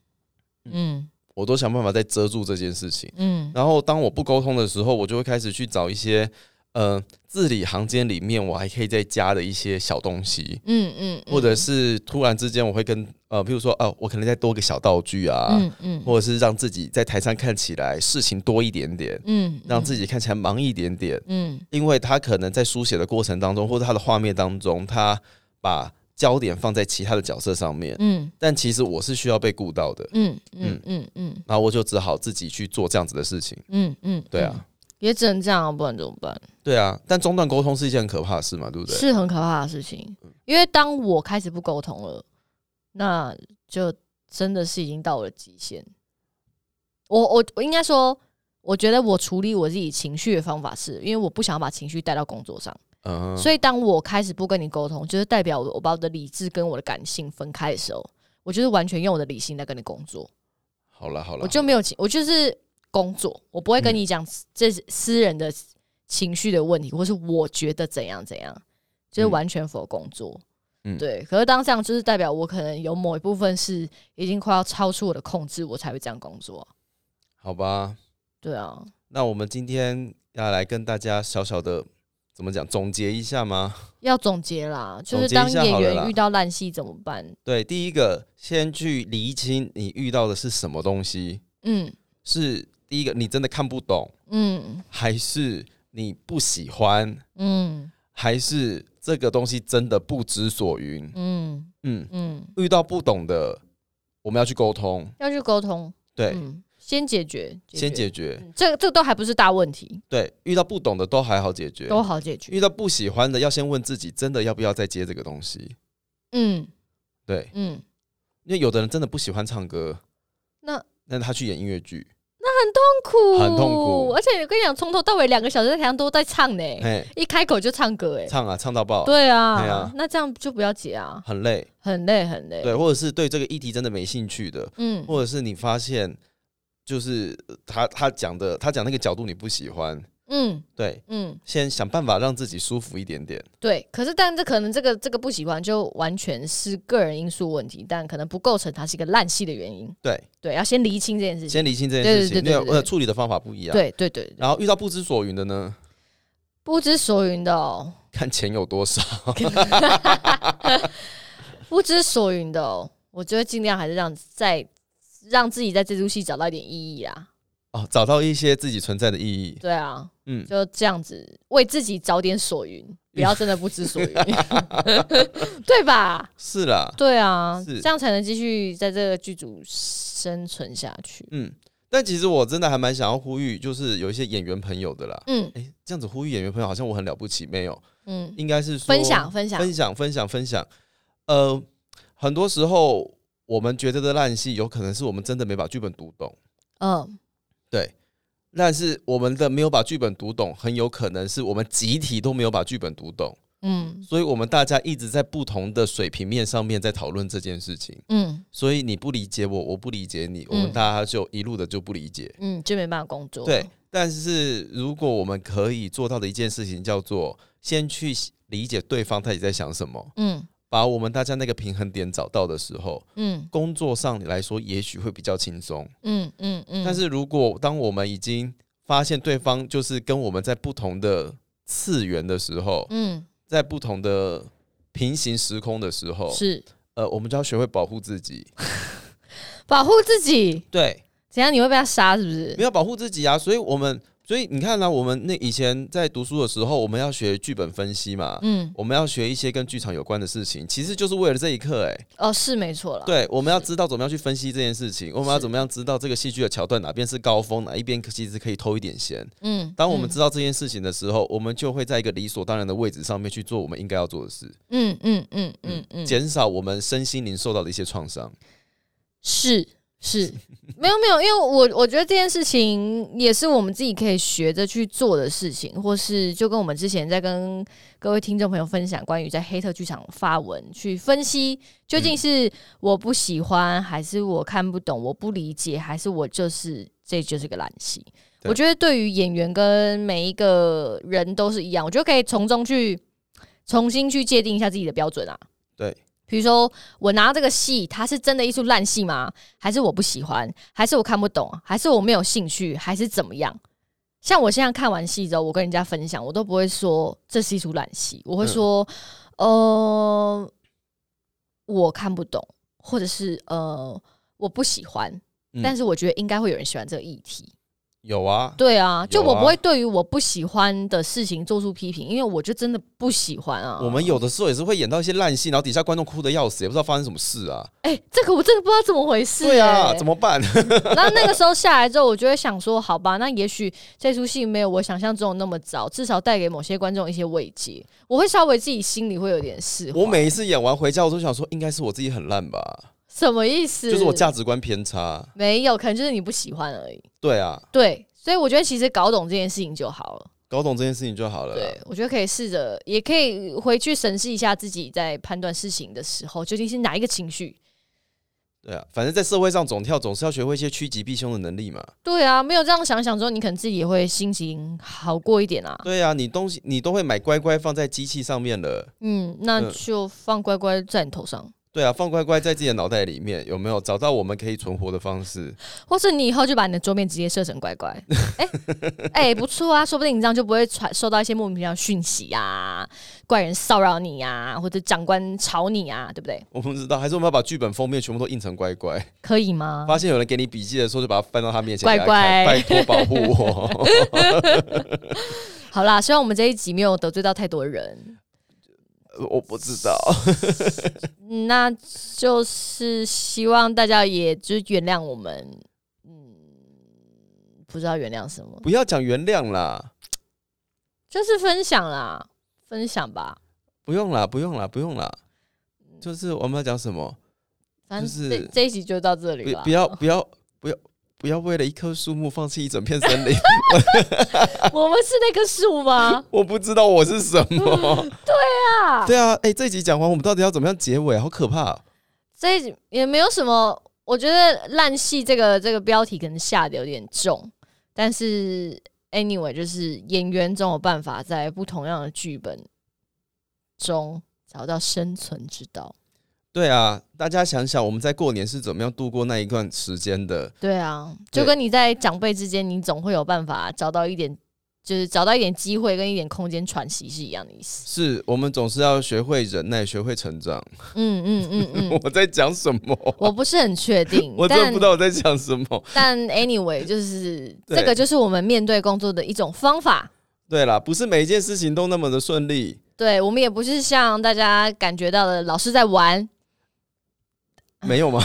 Speaker 1: 嗯
Speaker 2: 我都想办法在遮住这件事情。
Speaker 1: 嗯
Speaker 2: 然后当我不沟通的时候，我就会开始去找一些呃字里行间里面我还可以再加的一些小东西，
Speaker 1: 嗯嗯，嗯
Speaker 2: 或者是突然之间我会跟呃，譬如说哦、我可能再多个小道具啊，
Speaker 1: 嗯嗯
Speaker 2: 或者是让自己在台上看起来事情多一点点，
Speaker 1: 嗯，
Speaker 2: 让自己看起来忙一点点。
Speaker 1: 嗯
Speaker 2: 因为他可能在书写的过程当中，或者他的画面当中，他把焦点放在其他的角色上面，
Speaker 1: 嗯
Speaker 2: 但其实我是需要被顾到的，
Speaker 1: 嗯嗯嗯嗯
Speaker 2: 然后我就只好自己去做这样子的事情。
Speaker 1: 嗯嗯，
Speaker 2: 对啊，
Speaker 1: 也只能这样啊，不然怎么办？
Speaker 2: 对啊，但中断沟通是一件很可怕的事嘛，对不嗯对？
Speaker 1: 是很可怕的事情，因为当我开始不沟通了，那就真的是已经到了极限。我我我应该说，我觉得我处理我自己情绪的方法是，因为我不想把情绪带到工作上，
Speaker 2: 嗯，
Speaker 1: 所以当我开始不跟你沟通，就是代表我把我的理智跟我的感性分开的时候，我就是完全用我的理性在跟你工作，
Speaker 2: 好了好了，
Speaker 1: 我就没有情，我就是工作，我不会跟
Speaker 2: 嗯
Speaker 1: 你讲这是私人的情绪的问题，或是我觉得怎样怎样，就是
Speaker 2: 嗯
Speaker 1: 完全否工作。
Speaker 2: 嗯
Speaker 1: 对。可是当这样，就是代表我可能有某一部分是已经快要超出我的控制，我才会这样工作。
Speaker 2: 好吧。
Speaker 1: 对啊，
Speaker 2: 那我们今天要来跟大家小小的怎么讲总结一下吗？
Speaker 1: 要总结啦，就
Speaker 2: 总
Speaker 1: 是
Speaker 2: 结一
Speaker 1: 当
Speaker 2: 下
Speaker 1: 演
Speaker 2: 好了啦
Speaker 1: 员遇到烂戏怎么办？
Speaker 2: 对，第一个先去厘清你遇到的是什么东西，
Speaker 1: 嗯
Speaker 2: 是第一个你真的看不懂，
Speaker 1: 嗯
Speaker 2: 还是你不喜欢，
Speaker 1: 嗯
Speaker 2: 还是这个东西真的不知所云？
Speaker 1: 嗯
Speaker 2: 嗯，
Speaker 1: 嗯，
Speaker 2: 遇到不懂的，我们要去沟通，
Speaker 1: 要去沟通，
Speaker 2: 对，
Speaker 1: 嗯，先解决，
Speaker 2: 先
Speaker 1: 决，
Speaker 2: 解决。
Speaker 1: 嗯这个这个都还不是大问题，
Speaker 2: 对，遇到不懂的都还好解决，
Speaker 1: 都好解决。
Speaker 2: 遇到不喜欢的要先问自己，真的要不要再接这个东西？
Speaker 1: 嗯
Speaker 2: 对，
Speaker 1: 嗯。
Speaker 2: 因为有的人真的不喜欢唱歌，
Speaker 1: 那
Speaker 2: 那他去演音乐剧，
Speaker 1: 痛苦，
Speaker 2: 很痛苦
Speaker 1: 而且我跟你讲，从头到尾两个小时在台上都在唱呢、
Speaker 2: 哎，
Speaker 1: 一开口就唱歌哎、
Speaker 2: 唱啊，唱到爆，
Speaker 1: 对啊，
Speaker 2: 对啊
Speaker 1: 那这样就不要解啊，
Speaker 2: 很累，
Speaker 1: 很累很累。
Speaker 2: 对，或者是对这个议题真的没兴趣的，
Speaker 1: 嗯
Speaker 2: 或者是你发现就是呃他他讲的他讲那个角度你不喜欢，
Speaker 1: 嗯
Speaker 2: 对，
Speaker 1: 嗯，
Speaker 2: 先想办法让自己舒服一点点。
Speaker 1: 对。可是，但这可能这个这个不喜欢，就完全是个人因素问题，但可能不构成它是一个烂戏的原因。
Speaker 2: 对，
Speaker 1: 对，要先厘清这件事情。
Speaker 2: 先理清这件事
Speaker 1: 嗯
Speaker 2: 情，
Speaker 1: 对对对对
Speaker 2: 因为呃，处理的方法不一样。，
Speaker 1: 对对对对，
Speaker 2: 然后遇到不知所云的呢， <laughs>
Speaker 1: 不知所云的、哦，
Speaker 2: 看钱有多少。
Speaker 1: 不知所云的、哦，我觉得尽量还是让在让自己在这出戏找到一点意义啊。
Speaker 2: 哦，找到一些自己存在的意义。
Speaker 1: 对啊，
Speaker 2: 嗯，
Speaker 1: 就这样子为自己找点所云，不要真的不知所
Speaker 2: <laughs>
Speaker 1: 云，对吧？
Speaker 2: 是啦，
Speaker 1: 对啊，
Speaker 2: 是
Speaker 1: 这样才能继续在这个剧组生存下去。
Speaker 2: 嗯，但其实我真的还蛮想要呼吁，就是有一些演员朋友的啦。
Speaker 1: 嗯
Speaker 2: 哎、这样子呼吁演员朋友，好像我很了不起，没有，
Speaker 1: 嗯，
Speaker 2: 应该是说
Speaker 1: 分享分享，
Speaker 2: 分享分享分享。呃，很多时候我们觉得的烂戏，有可能是我们真的没把剧本读懂。
Speaker 1: 嗯
Speaker 2: 对，但是我们的没有把剧本读懂，很有可能是我们集体都没有把剧本读懂，
Speaker 1: 嗯
Speaker 2: 所以我们大家一直在不同的水平面上面在讨论这件事情。
Speaker 1: 嗯
Speaker 2: 所以你不理解我，我不理解你，我们
Speaker 1: 嗯
Speaker 2: 大家就一路的就不理解。
Speaker 1: 嗯，就没办法工作。
Speaker 2: 对，，但是如果我们可以做到的一件事情，叫做先去理解对方到底在想什么，
Speaker 1: 嗯
Speaker 2: 把我们大家那个平衡点找到的时候，
Speaker 1: 嗯
Speaker 2: 工作上来说也许会比较轻松。
Speaker 1: 嗯嗯嗯，
Speaker 2: 但是如果当我们已经发现对方就是跟我们在不同的次元的时候，
Speaker 1: 嗯
Speaker 2: 在不同的平行时空的时候，
Speaker 1: 是
Speaker 2: 呃，我们就要学会保护自己。
Speaker 1: 保护自己，
Speaker 2: 对，
Speaker 1: 怎样你会被他杀是不是
Speaker 2: 没？有保护自己啊，所以我们，所以你看呢、我们那以前在读书的时候，我们要学剧本分析嘛，
Speaker 1: 嗯
Speaker 2: 我们要学一些跟剧场有关的事情，其实就是为了这一刻、欸，哎，
Speaker 1: 哦，是没错了。
Speaker 2: 对，我们要知道怎么样去分析这件事情，我们要
Speaker 1: 是
Speaker 2: 怎么样知道这个戏剧的桥段哪边是高峰，哪一边其实可以偷一点闲。
Speaker 1: 嗯，
Speaker 2: 当我们知道这件事情的时候，我们就会在一个理所当然的位置上面去做我们应该要做的事，
Speaker 1: 嗯嗯嗯嗯嗯，
Speaker 2: 减少我们身心灵受到的一些创伤。
Speaker 1: 是是，没有没有，因为我我觉得这件事情也是我们自己可以学着去做的事情，或是就跟我们之前在跟各位听众朋友分享关于在黑特剧场发文去分析，究
Speaker 2: 嗯
Speaker 1: 竟是我不喜欢，还是我看不懂，我不理解，还是我就是这就是个懒戏。
Speaker 2: 对
Speaker 1: 我觉得对于演员跟每一个人都是一样，我觉得可以从中去重新去界定一下自己的标准啊。
Speaker 2: 对，
Speaker 1: 比如说我拿这个戏，它是真的一出烂戏吗？还是我不喜欢？还是我看不懂？还是我没有兴趣？还是怎么样？像我现在看完戏之后，我跟人家分享，我都不会说这是一出烂戏，我会说，呃，我看不懂，或者是呃，我不喜欢，
Speaker 2: 嗯
Speaker 1: 但是我觉得应该会有人喜欢这个议题。
Speaker 2: 有啊，
Speaker 1: 对啊，就
Speaker 2: 有
Speaker 1: 我
Speaker 2: 啊
Speaker 1: 不会对于我不喜欢的事情做出批评，因为我就真的不喜欢啊。
Speaker 2: 我们有的时候也是会演到一些烂戏，然后底下观众哭的要死，也不知道发生什么事啊。
Speaker 1: 哎、这个我真的不知道怎么回事、
Speaker 2: 对啊，
Speaker 1: 哎
Speaker 2: 怎么办？
Speaker 1: 然后那个时候下来之后，我就会想说，好吧，那也许这出戏没有我想象中的那么糟，至少带给某些观众一些慰藉。我会稍微自己心里会有点释怀。
Speaker 2: <laughs> 我每一次演完回家，我都想说，应该是我自己很烂吧，
Speaker 1: 什么意思？
Speaker 2: 就是我价值观偏差。
Speaker 1: 没有，可能就是你不喜欢而已。
Speaker 2: 对啊，
Speaker 1: 对，所以我觉得其实搞懂这件事情就好了。
Speaker 2: 搞懂这件事情就好了啦。
Speaker 1: 对，我觉得可以试着，也可以回去审视一下自己在判断事情的时候究竟是哪一个情绪。
Speaker 2: 对啊，反正在社会上总跳，总是要学会一些趋吉避凶的能力嘛。
Speaker 1: 对啊，没有这样想想之后，你可能自己也会心情好过一点啊。
Speaker 2: 对啊，你东西你都会买乖乖放在机器上面了。
Speaker 1: 嗯，那
Speaker 2: 嗯
Speaker 1: 就放乖乖在你头上。
Speaker 2: 对啊，放乖乖在自己的脑袋里面，有没有找到我们可以存活的方式？ <laughs>
Speaker 1: 或是你以后就把你的桌面直接设成乖乖，哎、哎、不错啊，说不定你这样就不会传收到一些莫名其妙的讯息啊，怪人骚扰你啊，或者长官吵你啊，对不对？
Speaker 2: 我不知道，还是我们要把剧本封面全部都印成乖乖？
Speaker 1: 可以吗？
Speaker 2: 发现有人给你笔记的时候，就把它翻到他面前
Speaker 1: 嗯乖
Speaker 2: 给他
Speaker 1: 乖
Speaker 2: 看，拜托保护我。 <laughs>
Speaker 1: 好啦，希望我们这一集没有得罪到太多
Speaker 2: <laughs>
Speaker 1: 人，
Speaker 2: 我不知
Speaker 1: <laughs>
Speaker 2: 道，
Speaker 1: 嗯那就是希望大家也就是原谅我们，嗯，不知道原谅什么，
Speaker 2: 不要讲原谅啦，
Speaker 1: 就是分享啦，分享吧，
Speaker 2: 不用啦，不用啦，不用啦。就是我们要讲什么？
Speaker 1: 反
Speaker 2: 就是
Speaker 1: 正这这一集就到这里
Speaker 2: 不
Speaker 1: 吧，
Speaker 2: 不要不要不要不要为了一棵树木放弃一整片森林。 <laughs>
Speaker 1: 我们是那棵树吗？ <laughs>
Speaker 2: 我不知道我是什么。
Speaker 1: 啊。
Speaker 2: 对啊，哎、这一集讲完，我们到底要怎么样结尾？好可怕哦、
Speaker 1: 这一集也没有什么，我觉得“烂戏”这个这个标题可能下的有点重，但是 anyway，就是演员总有办法在不同样的剧本中找到生存之道。
Speaker 2: 对啊，大家想想，我们在过年是怎么样度过那一段时间的？
Speaker 1: 对啊，
Speaker 2: 对
Speaker 1: 就跟你在长辈之间，你总会有办法找到一点，就是找到一点机会跟一点空间喘息是一样的意思。
Speaker 2: 是我们总是要学会忍耐，学会成长。
Speaker 1: 嗯嗯嗯嗯，
Speaker 2: <laughs> 我在讲什么？
Speaker 1: <laughs> 我不是很确定，
Speaker 2: <laughs> 我真的
Speaker 1: 但
Speaker 2: 不知道我在讲什么。
Speaker 1: 但 anyway，就是
Speaker 2: 对
Speaker 1: 这个就是我们面对工作的一种方法。
Speaker 2: 对啦，不是每一件事情都那么的顺利。
Speaker 1: 对我们也不是像大家感觉到的老是在玩，
Speaker 2: 没有
Speaker 1: <laughs>
Speaker 2: 吗？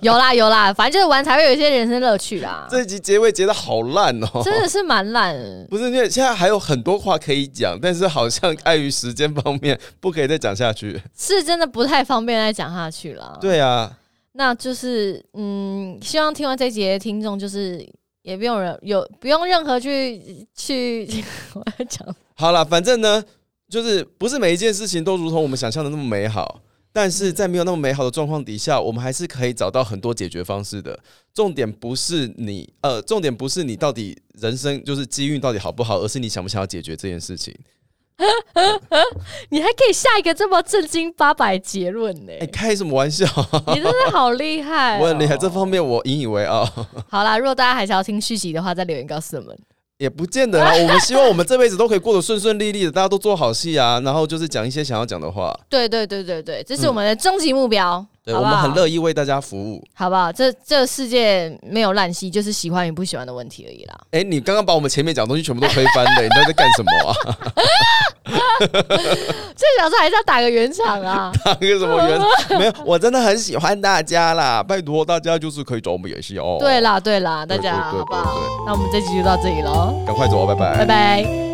Speaker 1: 有啦有啦，反正就是玩才会有一些人生乐趣啦。
Speaker 2: 这一集结尾结的好烂哦、
Speaker 1: 真的是蛮烂的，
Speaker 2: 不是因为现在还有很多话可以讲，但是好像碍于时间方面，不可以再讲下去。
Speaker 1: 是真的不太方便再讲下去了。，
Speaker 2: 对啊，
Speaker 1: 那就是嗯，希望听完这节听众就是也不用人有不用任何去去我要讲
Speaker 2: 好啦，反正呢，就是不是每一件事情都如同我们想象的那么美好，但是在没有那么美好的状况底下，我们还是可以找到很多解决方式的。重点不是你，呃，重点不是你到底人生就是机运到底好不好，而是你想不想要解决这件事情。
Speaker 1: 你还可以下一个这么正经八百结论呢、
Speaker 2: <laughs> 哎、开什么玩笑？
Speaker 1: 你真的好厉害、哦
Speaker 2: 我很厉害，这。方面我引以为傲。
Speaker 1: 好啦，如果大家还想要听续集的话，再留言告诉我们。
Speaker 2: 也不见得啦，我们希望我们这辈子都可以过得顺顺利利的，大家都做好戏啊，然后就是讲一些想要讲的话。
Speaker 1: 对对对对对，这是我们的终极目标，
Speaker 2: 对，
Speaker 1: 好
Speaker 2: 我
Speaker 1: 不好
Speaker 2: 们很乐意为大家服务。
Speaker 1: 好不好？这这世界没有烂戏，就是喜欢与不喜欢的问题而已啦。
Speaker 2: 哎、你刚刚把我们前面讲的东西全部都推翻了，你到底在干什么啊？
Speaker 1: 这小时候还是要打个圆场啊！
Speaker 2: 那 <laughs> 个什么原没有，我真的很喜欢大家啦，拜托大家就是可以找我们演戏哦。
Speaker 1: 对啦对啦，大
Speaker 2: 对
Speaker 1: 家
Speaker 2: 对对
Speaker 1: 好不好
Speaker 2: 对？
Speaker 1: 那我们这集就到这里喽，
Speaker 2: 赶快走啊，拜拜
Speaker 1: 拜拜。